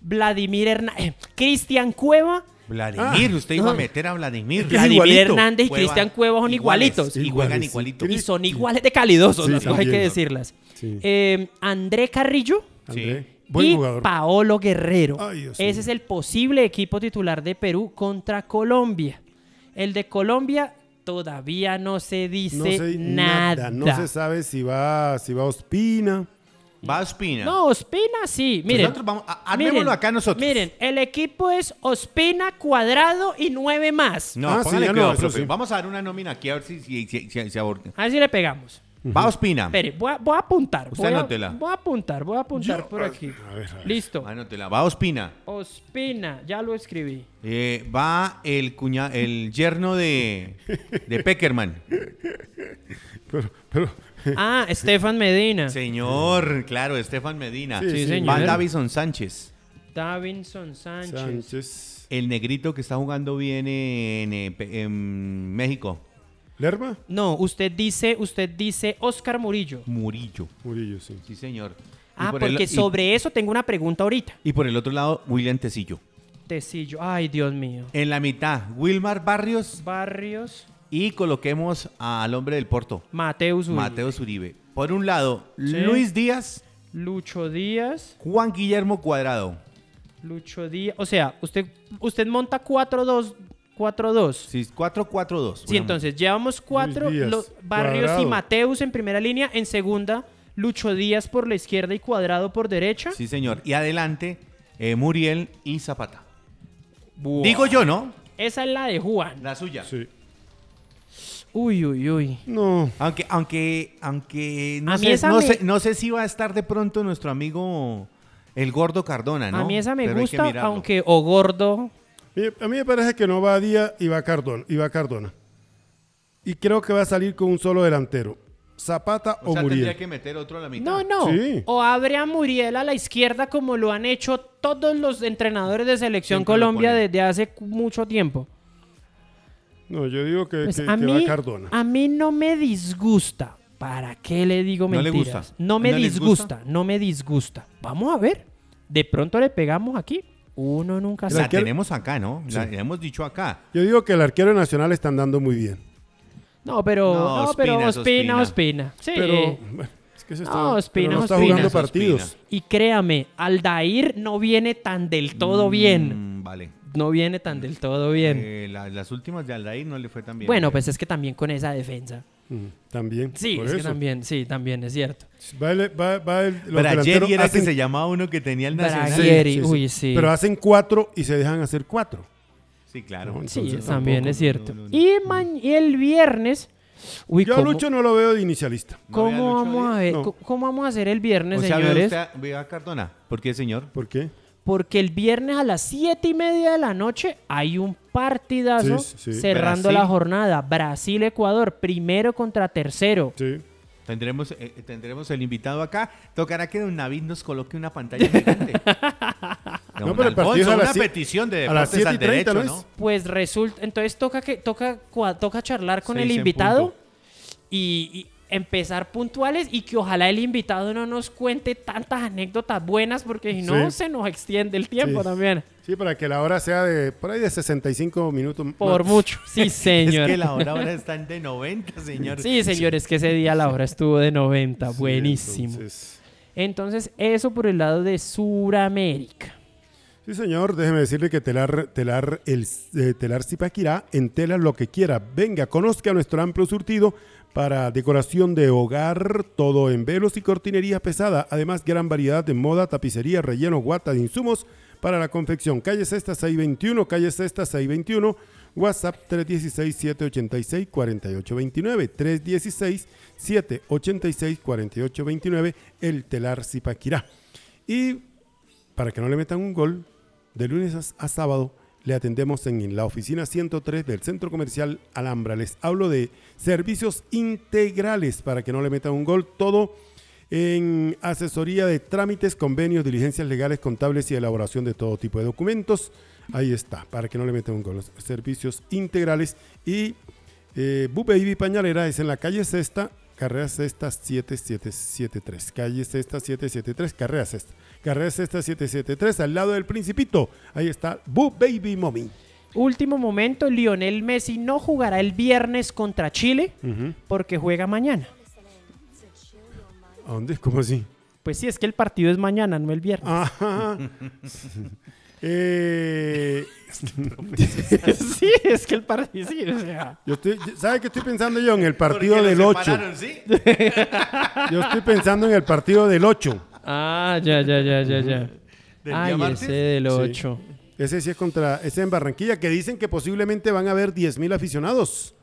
S3: Vladimir Hernández, Cristian Cueva,
S2: Vladimir, usted iba a meter a Vladimir.
S3: Ah. Vladimir
S2: Igualito.
S3: Hernández y
S2: Cueva.
S3: Cristian Cueva son
S2: Iguales,
S3: igualitos.
S2: Y juegan
S1: Iguales,
S2: igualito.
S1: sí.
S3: y son iguales de calidosos,
S1: Sí,
S3: las dos hay que
S1: también.
S3: decirlas.
S1: Sí.
S3: Eh, André Carrillo
S1: André.
S2: Sí.
S1: Buen
S3: y
S1: jugador.
S3: Paolo Guerrero.
S1: Ay, Dios mío.
S3: Ese es el posible equipo titular de Perú contra Colombia. El de Colombia todavía no se dice
S1: no sé
S3: nada.
S1: nada. No se sabe si va, si va Ospina.
S2: Va Ospina.
S3: No, Ospina sí. Miren,
S2: Nosotros vamos- a- armémoslo acá nosotros.
S3: Miren, el equipo es Ospina, Cuadrado y nueve más.
S2: No,
S1: Ah, sí,
S2: póngale
S1: ya no,
S2: cuidado,
S1: eso
S2: profe.
S1: sí.
S2: Vamos a dar una nómina aquí a ver si, si, si- si- si aborda.
S3: A ver si le pegamos.
S2: Va Ospina.
S3: Espere, voy a, voy a apuntar.
S2: Usted
S3: voy, a,
S2: anótela.
S3: voy a apuntar, voy a apuntar por aquí.
S1: a ver, a ver.
S3: Listo.
S2: Anótela. Va Ospina.
S3: Ospina, ya lo escribí. [LAUGHS]
S2: Eh, va el cuña, el yerno de, de
S3: [LAUGHS]
S2: Peckerman.
S1: Pero, pero
S3: Ah, Estefan Medina.
S2: Señor, claro, Estefan Medina.
S1: Sí, Sí,
S3: señor.
S2: Va Davison Sánchez.
S3: Davinson Sánchez.
S1: Sánchez.
S2: El negrito que está jugando bien en, eh, Pe- en México.
S1: ¿Lerma?
S3: No, usted dice, usted dice Oscar Murillo.
S2: Murillo.
S1: Murillo, sí.
S2: Sí, señor. Y
S3: Ah,
S2: por el-
S3: porque
S2: y-
S3: sobre eso tengo una pregunta ahorita.
S2: Y por el otro lado, William Tecillo.
S3: Tecillo. Ay, Dios mío.
S2: En la mitad, Wilmar Barrios.
S3: Barrios.
S2: Y coloquemos al hombre del Porto,
S3: Mateus Uribe.
S2: Mateos Uribe. Por un lado, Luis Díaz,
S3: Lucho Díaz.
S2: Juan Guillermo Cuadrado.
S3: Lucho Díaz. O sea, usted, usted monta 4-2. 4-2. Sí,
S2: Sí, 4-4-2.
S3: entonces llevamos cuatro
S1: Díaz,
S3: lo- Barrios y
S1: Cuadrado.
S3: Mateus en primera línea. En segunda, Lucho Díaz por la izquierda y Cuadrado por derecha.
S2: Sí, señor. Y adelante, eh, Muriel y Zapata.
S3: Buah.
S2: Digo yo, ¿no?
S3: Esa es la de Juan.
S2: La suya.
S1: Sí.
S3: Uy, uy, uy.
S1: No.
S2: Aunque, aunque, aunque, no,
S3: A mí
S2: sé,
S3: esa
S2: no,
S3: me-
S2: sé, no sé si va a estar de pronto nuestro amigo el gordo Cardona, Ah, ¿no?
S3: A mí esa me
S2: Pero hay que
S3: gusta,
S2: mirarlo.
S3: aunque o gordo.
S1: Mire, A mí me parece que no va a Díaz y va Cardona. Y, va Cardona. y creo que va a salir con un solo delantero. Zapata o,
S2: O sea,
S1: Muriel.
S2: tendría que meter otro a la mitad.
S3: No, no.
S1: Sí.
S3: O abre a Muriel a la izquierda como lo han hecho todos los entrenadores de Selección
S2: Siempre lo
S3: Colombia
S2: ponen.
S3: desde hace cu- mucho tiempo.
S1: No, yo digo que,
S3: Pues
S1: que-
S3: a,
S1: que
S3: mí,
S1: va Cardona.
S3: a mí no me disgusta. ¿Para qué le digo
S2: ¿No le
S3: mentiras?
S2: gusta?
S3: No me
S2: ¿No les
S3: disgusta,
S2: gusta?
S3: no me disgusta. Vamos a ver. De pronto le pegamos aquí. Uno nunca
S2: La
S3: sabe.
S1: arquero-
S2: tenemos acá, ¿no? La, la hemos dicho acá.
S1: Yo digo que el arquero nacional está andando muy bien.
S3: No, pero
S2: No,
S3: no, pero
S2: Ospina es
S3: Ospina, Ospina. Sí.
S1: Pero, bueno, es que se está,
S3: No, Ospina,
S1: pero no está
S3: Ospina.
S1: jugando
S2: Ospina.
S1: partidos.
S3: Y créame, Aldair no viene tan del todo bien.
S2: Mm, vale.
S3: No viene tan del todo bien.
S2: Eh, la- las últimas de Aldair no le fue tan bien.
S3: Bueno, pues es que también con esa defensa.
S1: Mm, También.
S3: Sí,
S1: por
S3: es que
S1: eso.
S3: también, sí, también es cierto.
S1: Va el, va, va el, los delanteros
S2: Bragieri era
S1: hacen-
S2: que se llamaba uno que tenía el nacional.
S3: Bragieri. uy, sí.
S1: Pero hacen cuatro y se dejan hacer cuatro.
S2: Sí, claro.
S3: Sí,
S1: Entonces,
S3: también
S1: tampoco,
S3: es cierto. Y, ma- y el viernes, uy,
S1: Yo a
S3: ¿cómo,
S1: Lucho no lo veo de inicialista.
S3: cómo
S2: ¿No ve a Lucho
S3: vamos a
S2: ahí?
S3: ver,
S1: No.
S3: co- cómo vamos a hacer el viernes,
S2: O sea, ve
S3: señores?
S2: usted a- ve a Cardona. ¿Por qué, señor?
S1: ¿Por qué?
S3: Porque el viernes a las siete y media de la noche hay un partidazo
S1: Sí, sí, sí.
S3: cerrando
S2: Brasil.
S3: la jornada. Brasil-Ecuador, primero contra tercero.
S1: Sí.
S2: Tendremos, eh, tendremos el invitado acá. Tocará que Don Navid nos coloque una pantalla
S1: [LAUGHS]
S2: gigante. Don
S1: No, pero el partido es
S2: Alfonso,
S1: a las
S2: una
S1: sie-
S2: petición de
S1: a las
S2: Deportes al
S1: 7:30,
S2: Derecho,
S1: ¿no
S2: ¿no?
S1: es?
S3: Pues resulta, entonces toca que toca cua- toca charlar con
S2: Seis
S3: el
S2: en
S3: invitado
S2: punto.
S3: y, y empezar puntuales y que ojalá el invitado no nos cuente tantas anécdotas buenas porque si no
S1: Sí.
S3: se nos extiende el tiempo
S1: Sí.
S3: también.
S1: Sí, para que la hora sea de por ahí de 65 minutos.
S3: Por
S1: más.
S2: [LAUGHS]
S3: mucho. Sí, señor.
S2: Es que la hora ahora están de 90, señor.
S3: Sí, señor, es que ese día la hora estuvo de 90,
S1: Sí,
S3: buenísimo. Entonces,
S1: entonces-
S3: eso por el lado de Suramérica.
S1: Sí, señor, déjeme decirle que Telar, telar, el, eh, telar Zipaquirá entela lo que quiera. Venga, conozca nuestro amplio surtido para decoración de hogar, todo en velos y cortinería pesada. Además, gran variedad de moda, tapicería, relleno, guata de insumos para la confección. Calle Cesta 621, Calle Cesta 621, WhatsApp 316-786-4829, 316-786-4829, el Telar Zipaquirá. Y para que no le metan un gol, de lunes a, a sábado le atendemos en la oficina 103 del Centro Comercial Alhambra. Les hablo de servicios integrales para que no le metan un gol. Todo en asesoría de trámites, convenios, diligencias legales, contables y elaboración de todo tipo de documentos. Ahí está, para que no le metan un gol. Los servicios integrales y eh, Bu Baby Pañalera es en la calle Sexta, carrera Sexta 7773. Calle Sexta 773, carrera Sexta. Carrera Sexta 773, al lado del Principito. Ahí está Bu Baby Mommy.
S3: Último momento, Lionel Messi no jugará el viernes contra Chile porque juega mañana.
S1: ¿A dónde? ¿Cómo así?
S3: Pues sí, es que el partido es mañana, no el viernes.
S1: Ajá. Eh,
S3: [LAUGHS]
S1: [LAUGHS]
S3: Sí, es que el partido sí, o sea.
S1: yo estoy, ¿Sabe qué estoy pensando yo? En el partido del 8. Yo estoy pensando en el partido del 8.
S3: Ah, ya, ya, ya, ya, ya.
S2: ¿Del día
S3: Ay,
S2: martes?
S3: ese del 8.
S1: Ese sí es contra, ese en Barranquilla, que dicen que posiblemente van a haber 10.000 aficionados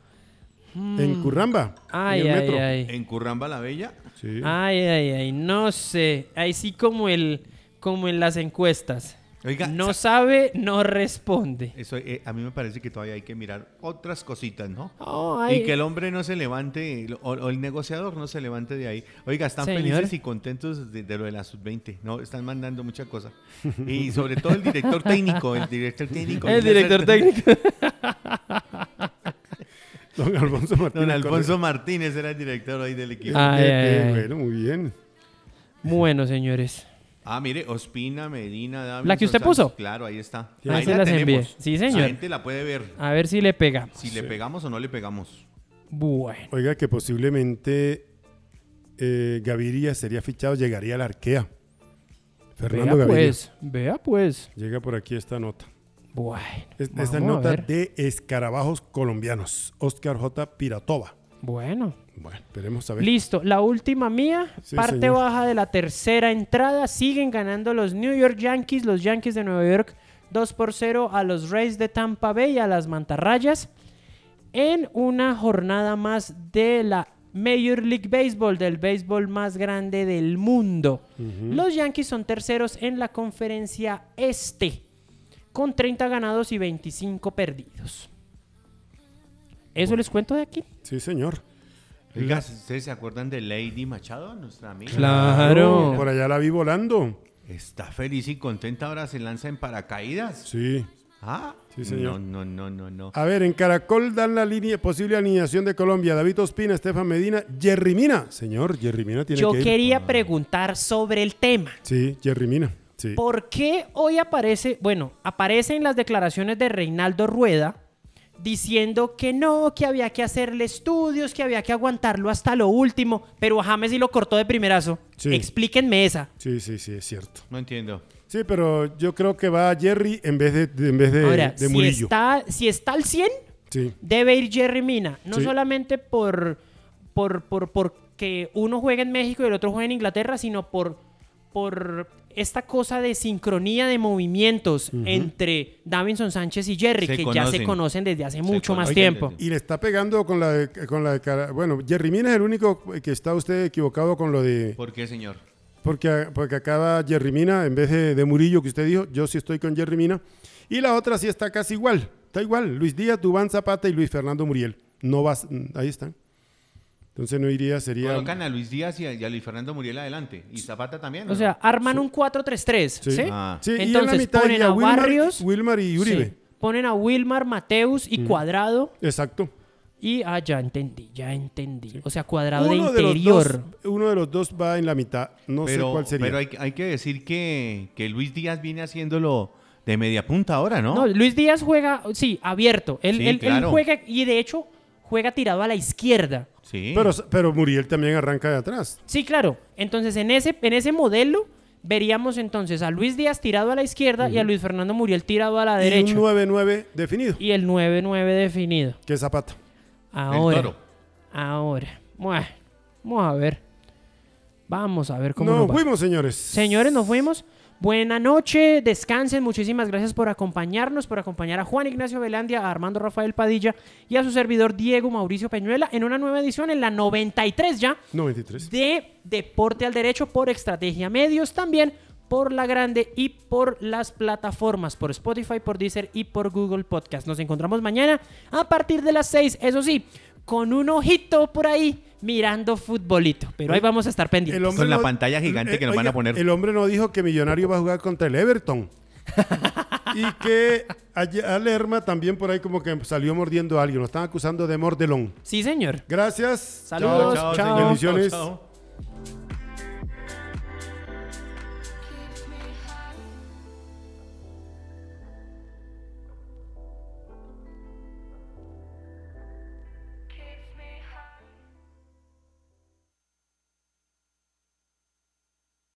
S1: en Curramba. en
S3: Hmm. Ay,
S1: el
S3: ay,
S1: metro.
S3: ay. Ah.
S2: En Curramba la Bella.
S1: Sí.
S3: Ay, ay, ay, no sé. Ahí sí como el como en las encuestas.
S2: Oiga,
S3: no
S2: sa-
S3: sabe, no responde.
S2: Eso, eh, a mí me parece que todavía hay que mirar otras cositas, ¿no?
S3: Oh, ay.
S2: Y que el hombre no se levante, el- o, o el negociador no se levante de ahí. Oiga, están
S3: Señor.
S2: felices y contentos de, de lo de la sub-20, ¿no? Están mandando mucha cosa. Y sobre todo el director técnico, el director técnico.
S3: El director técnico.
S1: Don Alfonso Martínez.
S2: [LAUGHS] Don Alfonso Martínez era el director hoy del equipo.
S3: Ah.
S2: Ah,
S3: Ay,
S1: Eh,
S3: ay,
S1: eh,
S3: ay.
S1: Bueno, muy bien.
S3: Bueno, señores.
S2: Ah, mire, Ospina, Medina, Davidson,
S3: ¿La que usted
S2: Sánchez.
S3: puso?
S2: Claro, ahí está.
S3: Ah,
S2: Ahí
S3: se
S2: la
S3: las envié.
S2: tenemos.
S3: Sí, señor.
S2: La gente la puede ver.
S3: A ver si le pegamos.
S2: Si le pegamos o no le pegamos.
S3: Bueno.
S1: Oiga, que posiblemente eh, Gaviria sería fichado, llegaría a la arquea. Fernando
S3: vea
S1: Gaviria.
S3: pues, vea pues.
S1: Llega por aquí esta nota.
S3: Bueno.
S1: Es-
S3: vamos
S1: esta
S3: a
S1: nota
S3: ver.
S1: de escarabajos colombianos. Oscar J. Piratova.
S3: Bueno.
S1: Bueno, esperemos a ver.
S3: Listo, la última mía,
S1: Sí,
S3: parte
S1: señor.
S3: baja de la tercera entrada, siguen ganando los New York Yankees, los Yankees de Nueva York 2 por 0 a los Rays de Tampa Bay y a las Mantarrayas en una jornada más de la Major League Baseball, del béisbol más grande del mundo. Los Yankees son terceros en la conferencia este, con 30 ganados y 25 perdidos. Eso les cuento de aquí.
S1: Sí, señor.
S2: Oiga, ¿ustedes se acuerdan de Lady Machado, nuestra amiga?
S3: Claro.
S1: Por allá la vi volando.
S2: Está feliz y contenta, ahora se lanza en paracaídas.
S1: Sí.
S2: Ah,
S1: Sí, señor. Ah.
S2: No, no, no, no, no.
S1: A ver, en Caracol dan la línea, posible alineación de Colombia. David Ospina, Estefan Medina, Jerry Mina. Señor, Jerry Mina tiene
S3: Yo
S1: que ir. Ah.
S3: quería preguntar sobre el tema.
S1: Sí, Jerry Mina. Sí.
S3: ¿Por qué hoy aparece, bueno, aparecen las declaraciones de Reinaldo Rueda diciendo que no, que había que hacerle estudios, que había que aguantarlo hasta lo último, pero a James sí lo cortó de primerazo?
S1: Sí.
S3: Explíquenme esa.
S1: Sí, sí, sí, es cierto.
S2: No entiendo.
S1: Sí, pero yo creo que va Jerry en vez de, de- en vez de,
S3: Ahora,
S1: de
S3: si,
S1: Murillo.
S3: está, si está al 100,
S1: Sí,
S3: debe ir Jerry Mina, no
S1: Sí.
S3: solamente por, por, por, porque uno juega en México y el otro juega en Inglaterra, sino por, por esta cosa de sincronía de movimientos entre Davinson Sánchez y Jerry,
S2: Se
S3: que ya se
S2: conocen.
S3: conocen desde hace mucho más
S2: conocen
S3: tiempo.
S2: desde-
S1: Y le está pegando con la de, con la de cara- Bueno, Jerry Mina es el único que está usted equivocado con lo de.
S2: ¿Por qué, señor?
S1: Porque, porque acaba Jerry Mina en vez de, de Murillo que usted dijo. Yo sí estoy con Jerry Mina. Y la otra sí está casi igual. Está igual. Luis Díaz, Dubán Zapata y Luis Fernando Muriel. No vas. mm, Ahí están. Entonces no iría, sería.
S2: Colocan a Luis Díaz y a, y a Luis Fernando Muriel adelante. Y Zapata también.
S3: O sea, arman un 4-3-3, ¿sí?
S2: Ah.
S1: Sí, y en la
S3: Entonces,
S1: mitad
S3: ponen
S1: iría
S3: a
S1: Wilmar,
S3: Barrios.
S1: Wilmar y Uribe.
S3: Sí. Ponen a Wilmar, Mateus y Cuadrado.
S1: Exacto.
S3: Y, ah, ya entendí, ya entendí. O sea, Cuadrado
S1: Uno
S3: de
S1: de, los
S3: interior.
S1: dos, uno de los dos va en la mitad. No
S2: pero,
S1: sé cuál sería.
S2: Pero hay, hay que decir que, que Luis Díaz viene haciéndolo de media punta ahora, ¿no?
S3: No, Luis Díaz juega, sí, abierto. Él,
S2: Sí,
S3: él- él
S2: claro.
S3: juega y de hecho juega tirado a la izquierda.
S2: sí.
S1: Pero, pero Muriel también arranca de atrás.
S3: Sí, claro. Entonces en ese, en ese modelo veríamos entonces a Luis Díaz tirado a la izquierda y a Luis Fernando Muriel tirado a la
S1: Y
S3: derecha.
S1: un 9-9 definido.
S3: Y el 9-9 definido.
S1: Que es Zapata.
S3: Ahora.
S2: toro.
S3: Ahora. Bueno, vamos a ver. Vamos a ver cómo
S1: Nos
S3: nos va.
S1: fuimos, señores.
S3: Señores, nos fuimos. Buena noche, descansen. Muchísimas gracias por acompañarnos, por acompañar a Juan Ignacio Velandia, a Armando Rafael Padilla y a su servidor Diego Mauricio Peñuela en una nueva edición, en la 93 ya,
S1: 93.
S3: de Deporte al Derecho por Estrategia Medios, también por La Grande y por las plataformas, por Spotify, por Deezer y por Google Podcast. Nos encontramos mañana a partir de las 6, eso sí, con un ojito por ahí mirando futbolito. Pero ahí vamos a estar pendientes.
S1: El hombre eh,
S2: Con la pantalla gigante que nos van a poner.
S1: El hombre no dijo que Millonario va a jugar contra el
S2: [LAUGHS]
S1: Everton. y que a- a Lerma también por ahí como que salió mordiendo a alguien. Lo están acusando de mordelón.
S3: Sí, señor.
S1: Gracias.
S3: Saludos.
S2: Chao,
S3: Chao.
S2: chao, señor.
S1: Bendiciones.
S2: Chao, chao.